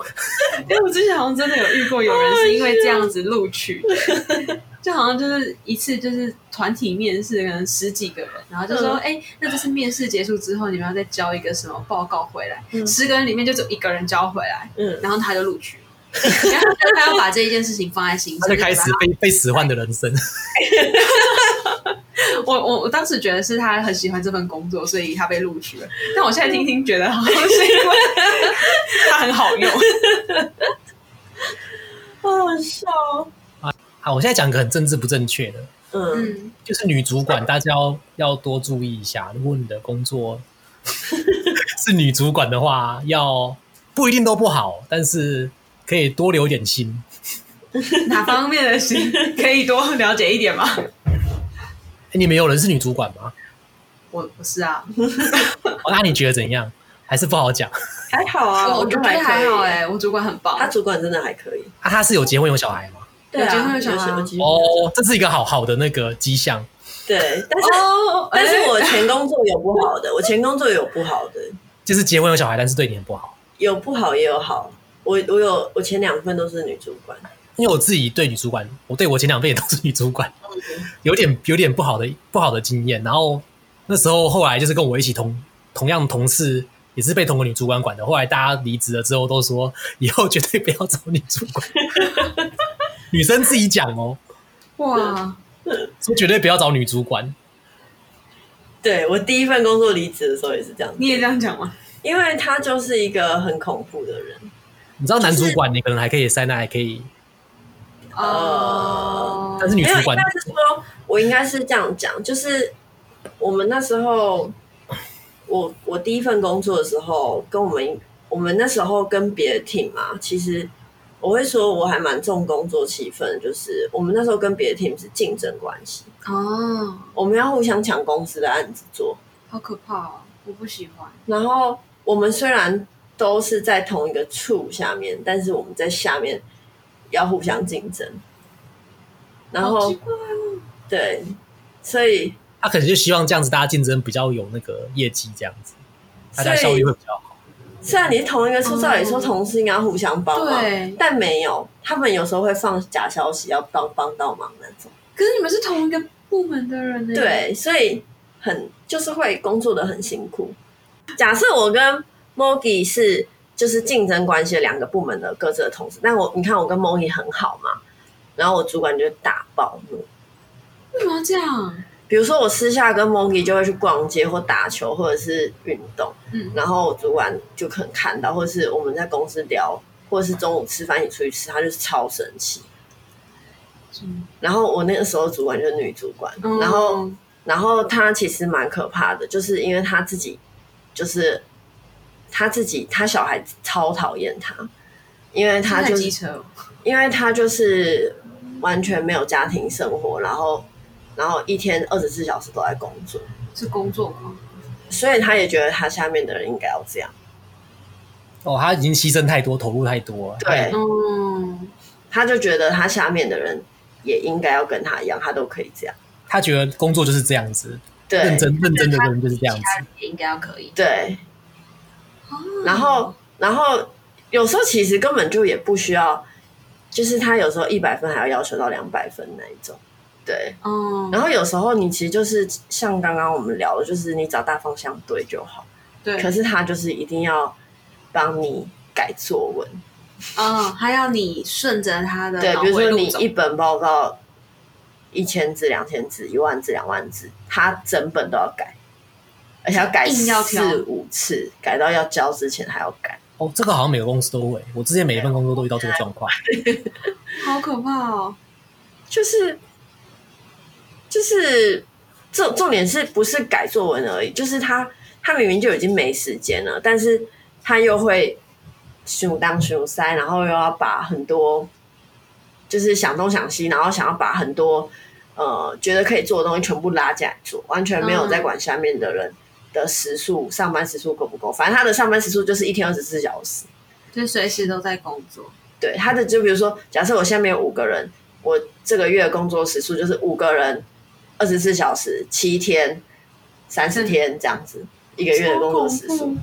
S4: 因为哎我之前好像真的有遇过有人是因为这样子录取的， 就好像就是一次就是团体面试，可能十几个人，然后就说，
S3: 嗯
S4: 哎、那就是面试结束之后，你们要再交一个什么报告回来，
S3: 嗯
S4: 十个人里面就只有一个人交回来，
S3: 嗯
S4: 然后他就录取。 然后他要把这一件事情放在心上，
S1: 他就开始
S4: 把
S1: 被被使唤的人生。
S4: 它。我我我当时觉得是他很喜欢这份工作，所以他被录取了。但我现在听听觉得好像是因为他很好用。
S3: 好笑，
S4: 哦
S1: 好，我现在讲个很政治不正确的，
S3: 嗯，
S4: 嗯，
S1: 就是女主管，大家要要多注意一下。如果你的工作是女主管的话，要不一定都不好，但是可以多留点心。
S4: 哪方面的心可以多了解一点吗？
S1: 诶哎你们有人是女主管吗？
S4: 我不是啊，
S1: 哦，那你觉得怎样？还是不好讲。
S3: 还好啊，
S4: 我觉
S3: 觉
S4: 得
S3: 得
S4: 还好哎、
S3: 哎，
S4: 我主管很棒，
S3: 他主管真的还可以，
S1: 啊，他是有结婚有小孩吗？
S4: 对啊
S3: 有结婚有
S4: 有
S3: 小
S4: 小孩啊
S3: 孩，有结婚
S1: 哦，这是一个好好的那个迹象。
S3: 对，但是
S4: 哦，
S3: 但是我
S4: 哎
S3: 前工作有不好的，我前工作有不好的，
S1: 就是结婚有小孩，但是对你很不好。
S3: 有不好也有好，我我有我前两份都是女主管，
S1: 因为我自己对女主管，我对我前两份也都是女主管，
S3: 嗯
S1: 有点有点不好的不好的经验。然后那时候后来就是跟我一起同同样同事，也是被同个女主管管的。后来大家离职了之后都说，以后绝对不要找女主 管。女生自己讲哦，
S4: 哇，
S1: 说绝对不要找女主管。
S3: 对我第一份工作离职的时候也是这样，
S4: 你也这样讲吗？
S3: 因为他就是一个很恐怖的人，
S1: 你知道男主管你可能还可以塞那还可以，
S4: 哦，
S1: 但是女
S3: 没有，
S1: 主
S3: 应
S1: 管
S3: 呃该是说，我应该是这样讲，就是我们那时候，我我第一份工作的时候，跟我们我们那时候跟别的 team 嘛，其实我会说我还蛮重工作气氛的，就是我们那时候跟别的 team 是竞争关系，
S4: 哦，
S3: 我们要互相抢公司的案子做，
S4: 好可怕哦，我不喜欢，
S3: 然后我们虽然都是在同一个处下面，但是我们在下面要互相竞争。然
S4: 好
S3: 后
S4: 奇怪哦
S3: 对，所以
S1: 他可能就希望这样子大家竞争比较有那个业绩，这样子大家
S3: 所以
S1: 效益会比较好。
S3: 虽然你是同一个处，
S4: 哦
S3: 照理说同事应该互相帮忙，
S4: 对
S3: 但没有，他们有时候会放假消息要帮帮到忙那种。
S4: 可是你们是同一个部门的人呢，，
S3: 对，所以很就是会工作的很辛苦。假设我跟 Mogi 是就是竞争关系的两个部门的各自的同事，但我你看我跟 Mogi 很好嘛，然后我主管就大暴怒，
S4: 为什么要这样？
S3: 比如说我私下跟 Monkey 就会去逛街或打球或者是运动，
S4: 嗯，
S3: 然后我主管就可能看到，或者是我们在公司聊，或者是中午吃饭一起出去吃，他就是超生气。
S4: 嗯
S3: 然后我那个时候主管就是女主管，然后
S4: 嗯
S3: 然后她其实蛮可怕的，就是因为她自己就是她自己，她小孩超讨厌她，因为她
S4: 太
S3: 就
S4: 机
S3: 是
S4: 车哦，
S3: 因为她就是完全没有家庭生活，然后然后一天二十四小时都在工作，
S4: 是工作吗？
S3: 所以她也觉得她下面的人应该要这样。
S1: 哦，他已经牺牲太多，投入太多了。
S3: 对
S4: 嗯，
S3: 他就觉得他下面的人也应该要跟他一样，他都可以这样。
S1: 他觉得工作就是这样子，
S3: 对，
S1: 认真认真的人就是这样子
S4: 其。他人也应该要可以。
S3: 对，
S4: 哦
S3: 然后然后有时候其实根本就也不需要，就是他有时候一百分还要要求到两百分那一种。对，
S4: 哦，
S3: 然后有时候你其实就是像刚刚我们聊的，就是你找大方向对就好。
S4: 对，
S3: 可是他就是一定要帮你改作文，
S4: 嗯，还要你顺着他的
S3: 对，
S4: 脑
S3: 比如
S4: 回
S3: 说
S4: 路
S3: 你
S4: 走
S3: 一本报告一千字、两千字、一万字、两万字，他整本都要改，而且要改
S4: 硬要挑
S3: 四五次，改到要交之前还要改。
S1: 哦，这个好像每个公司都会，我之前每一份工作都遇到这个状况。
S4: 好可怕哦。
S3: 就是就是重重点是不是改作文而已？就是他他明明就已经没时间了，但是他又会熊当熊塞，然后又要把很多就是想东想西，然后想要把很多呃觉得可以做的东西全部拉进来做，完全没有在管下面的人的时数、上班时数够不够。反正他的上班时数就是一天二十四小时。
S4: 就随时都在工作，
S3: 对他的，就比如说，假设我下面有五个人，我这个月工作时数就是五个人，二十四小时，七天，三十天这样子，一个月的工作时
S4: 嗯超
S3: 数
S4: 恐怖，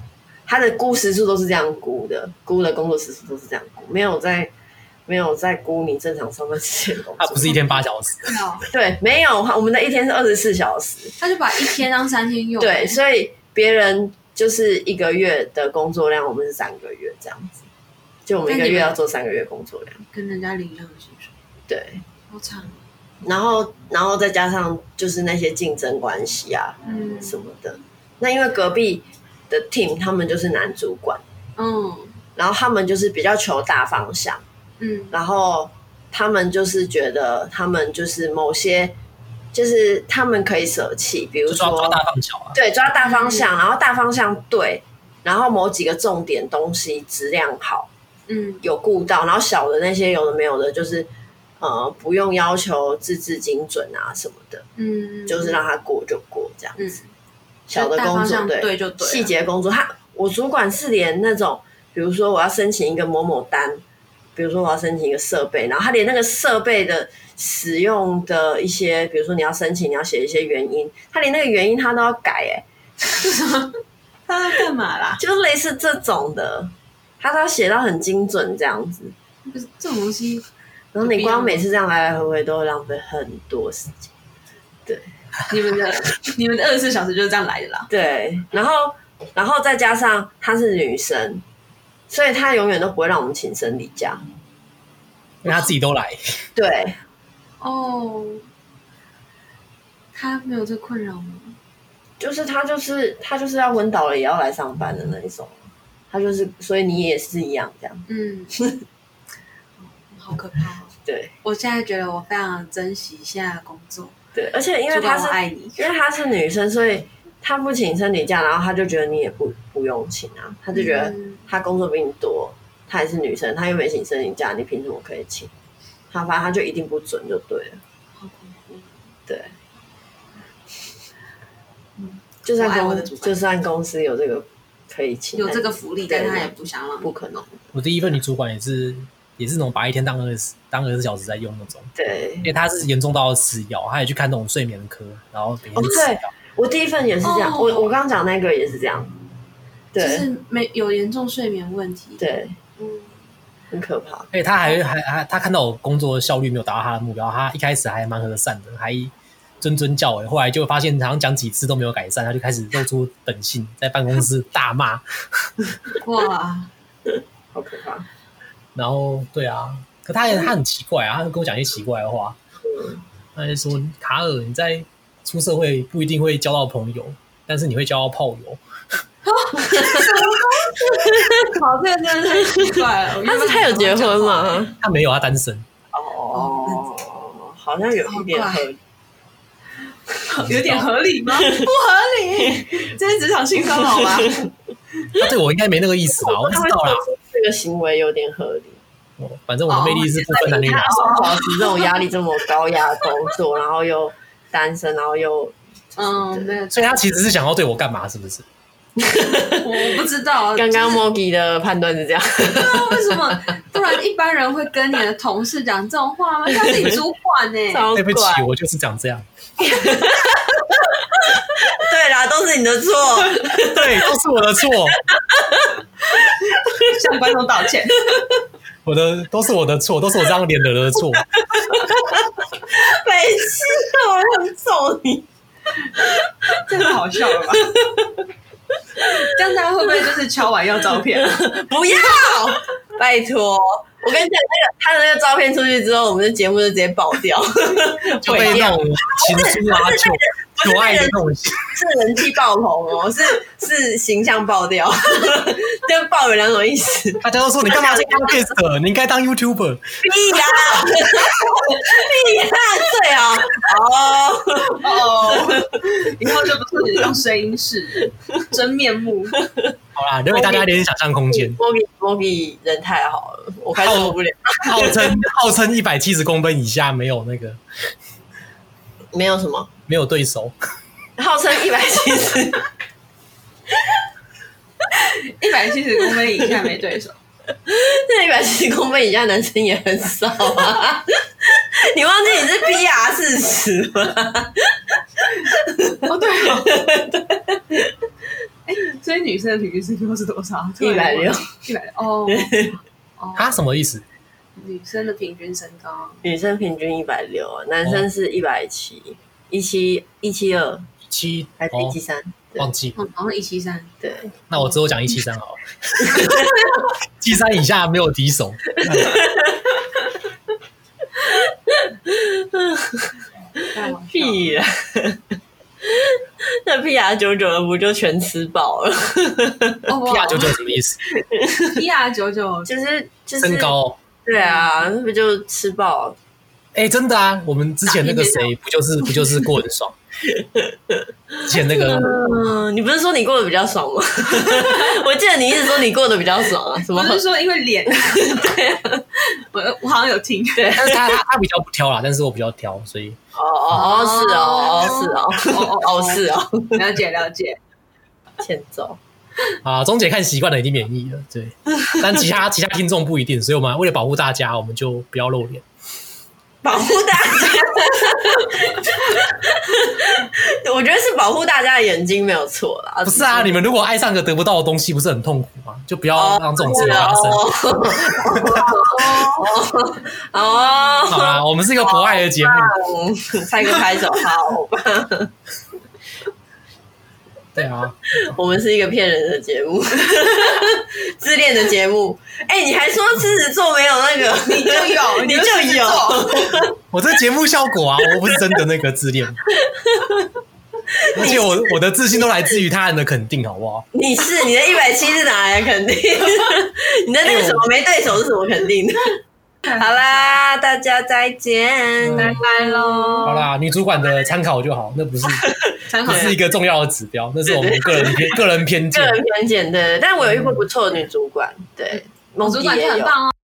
S3: 他的估时数都是这样估的，估的工作时数都是这样估，没有在没有在估你正常上班时间的工
S1: 他
S3: 作，
S1: 不是一天八小时，
S4: 对哦，
S3: 对，没有，我们的一天是二十四小时，
S4: 他就把一天当三天用，哎
S3: 对，所以别人就是一个月的工作量，我们是三个月这样子，就我们一个
S4: 那你
S3: 月
S4: 们
S3: 要做三个月工作量，
S4: 跟人家领一样的薪水，
S3: 对。
S4: 好惨哦。
S3: 然后，然后再加上就是那些竞争关系啊
S4: 嗯
S3: 什么的。那因为隔壁的 team 他们就是男主管，
S4: 嗯
S3: 然后他们就是比较求大方向，
S4: 嗯
S3: 然后他们就是觉得他们就是某些就是他们可以舍弃，比如
S1: 就是要抓
S3: 说
S1: 大放小啊。
S3: 对抓大方向，然后大方向对，然后某几个重点东西质量好，
S4: 嗯
S3: 有顾到，然后小的那些有的没有的，就是呃不用要求字字精准啊什么的。
S4: 嗯，
S3: 就是让他过就过这样
S4: 嗯
S3: 子。小的
S4: 大
S3: 工
S4: 方
S3: 作
S4: 向对就对了
S3: 细节工作，他我主管是连那种，比如说我要申请一个某某单，比如说我要申请一个设备，然后他连那个设备的使用的一些，比如说你要申请，你要写一些原因，他连那个原因他都要改、欸，
S4: 他要干嘛啦？
S3: 就是类似这种的，他都要写到很精准这样子。
S4: 不是这种东西，
S3: 然后你光每次这样来来回回都会浪费很多时间。
S4: 你们 的你们的二十四小时就是这样来的啦。
S3: 对，然后然后再加上她是女生，所以她永远都不会让我们请生理假。
S1: 因为他自己都来，
S3: 对，
S4: 哦，他没有这困扰吗？
S3: 就是她就是她就是要昏倒了也要来上班的那一种，她就是所以你也是一样这样。
S4: 嗯， 好可怕、哦！
S3: 对
S4: 我现在觉得我非常珍惜现在的工作，
S3: 对，而且因为
S4: 主管
S3: 她
S4: 我
S3: 是
S4: 爱你。
S3: 因为她是女生，所以她不请生理假，然后她就觉得你也不不用请啊，她就觉得
S4: 嗯
S3: 她工作比你多，她还是女生，她又没请生理假，你凭什么可以请？她反正她就一定不准就对了。
S4: 好恐怖。
S3: 对，就算
S4: 嗯我爱我的
S3: 公
S4: 主管
S3: 就算公司有这个可以请，
S4: 有
S3: 但
S4: 这个福利，
S3: 对
S4: 但他也哦不想让
S3: 不可能。
S1: 我第一份女主管也是也是那种把一天当二十当二十小时在用那种，
S3: 对
S1: 因为她是严重到要吃药，她也去看那种睡眠科，然后每天
S3: 哦
S1: 去吃
S3: 对
S1: 药。
S3: 我第一份也是这样，
S4: 哦
S3: 我我刚讲那个也是这样，
S4: 就
S3: 对
S4: 是没有严重睡眠问题。，
S3: 对，
S4: 嗯，
S3: 很可怕。
S1: 而且她还还还她看到我工作效率没有达到她的目标，她一开始还蛮和善的，还谆谆教诲，后来就发现好像讲几次都没有改善，她就开始露出本性，在办公室大骂。
S4: 哇，
S3: 好可怕，
S1: 然后对啊，可她也她很奇怪啊，她就跟我讲一些奇怪的话，
S3: 嗯，
S1: 她就说卡尔你在出社会不一定会交到朋友，但是你会交到炮友。
S4: 好，这个真的太奇怪了。我原
S5: 但
S4: 本
S5: 是他有结婚
S4: 想说？
S5: 吗？
S1: 他没有，他单身。
S3: 哦，好像有一点合，
S4: 有点合理吗？不合理， 这是职场性骚扰吧？
S1: 他对我应该没那个意思吧？我不
S3: 他会
S1: 知道啦。
S3: 做出这个行为有点合理。
S1: 哦反 正我的魅力是不分
S4: 哦
S1: 男女老少。
S3: 保持这种压力这么高压的工作，然后又单身，然后又
S5: 哦
S4: 嗯，没有，
S1: 所以他其实是想要对我干嘛？是不是？
S4: 我我不知 道，
S5: 刚刚 Mogi 的判断是这样，
S4: 那为什么不然一般人会跟你的同事讲这种话吗？ 他是你主管欸 呢、
S5: 超
S1: 对不起，
S5: 怪。
S1: 我就是长这样。
S3: 对啦，都是你 的错。
S1: 对，都是我的错，
S4: 向观众道歉。
S1: 我的都是我的错，都是我这张脸惹的错。
S3: 每次我想揍你，
S4: 真的好笑了吧？这样大家会不会就是敲完要照 片？
S3: 不要，拜托。我跟你讲，那个他的那个照片出去之后，我们的节目就直接爆掉，
S1: 就被那种情书啊、求求爱的那种，
S3: 是人气爆棚哦，是是形象爆掉， 跟爆有两种意思。
S1: 大家都说你干嘛是 podcast，你应该当 YouTuber。
S3: 屁呀、屁呀、对啊，哦，
S4: 哦，以后就不是当声音室，真面目。
S1: 好啦，留给大家一点想象空间。
S3: 莫比莫比人太好了，我开始受不了。
S1: 号称号称一百七十公分以下没有那个
S3: 没有什么，
S1: 没有对手，
S3: 号称一百七十，
S4: 一百七十公分以下没对手，
S3: 那一百七十公分以下男生也很少啊。你忘记你是 B R 四十吗？
S4: 哦对哦， 哎，所以女生的平均身高是多少？
S3: 160，
S4: 一百六哦。哦
S1: 他什么意思？
S4: 女生的平均身高
S3: 女生平均一百六啊，男生是一百七，一七一七二
S1: 七
S3: 还是一
S1: 哦
S3: 七，三？对
S1: 忘记。
S4: 好像一七三，
S3: 对，
S1: 那我之后讲一七三 好了，七三以下没有敌手。
S4: 开玩笑
S3: 屁呀！ 那 P R 九九的不就全吃饱了？
S4: 哦
S1: ，P R 九九什么意思？
S4: ，P R 九九
S3: 就是就是
S1: 身高哦。
S3: 对啊，那不就吃饱？
S1: 哎，真的啊，我们之前那个谁不 就是不就是过很爽？之前那个
S3: 嗯，你不是说你过得比较爽吗？ 我记得你一直说你过得比较爽啊，什
S4: 我
S3: 么？
S4: 是说因为 脸，啊我我好像有听，对，
S1: 但是他他他比较不挑啦，但是我比较挑，所以
S3: 哦哦哦，是哦，哦是哦，
S4: 哦
S3: 哦是哦，
S4: 了解了解，
S3: 欠揍。
S1: 啊，钟姐看习惯了已经免疫了，对。但其他其他听众不一定，所以我们为了保护大家，我们就不要露脸。
S3: 保护大家，我觉得是保护大家的眼睛没有错啦。
S1: 不是啊，你们如果爱上个得不到的东西，不是很痛苦吗？就不要让这种事情发生。
S3: 哦
S1: 好
S3: 哦，
S1: 啦，我们是一个博爱的节目，
S3: 拍个拍手，好吧。
S1: 对啊，
S3: 我们是一个骗人的节目，自恋的节目。哎，你还说狮子座没有那个，你
S4: 就有，
S3: 你
S4: 就
S3: 就是有，
S1: 我这节目效果啊，我不是真的那个 自恋，而且我我的自信都来自于他人的肯定，好不好？
S3: 你是你的一百七是哪来的肯定？你的那个什么没对手是什么肯 定的？好啦，大家再见，
S1: 嗯
S4: 拜喽，
S1: 好，啦，女主管的参考就好，那不是
S4: 参
S1: 不
S4: 考
S1: 是一个重要的指标，那是我们个人偏个人偏见
S3: 个。人偏见对，但我有遇过不错的女主管，对，
S4: 我
S3: 梦
S4: 嗯主
S3: 迪
S4: 管
S3: 也
S4: 就很
S3: 有。
S4: 棒哦。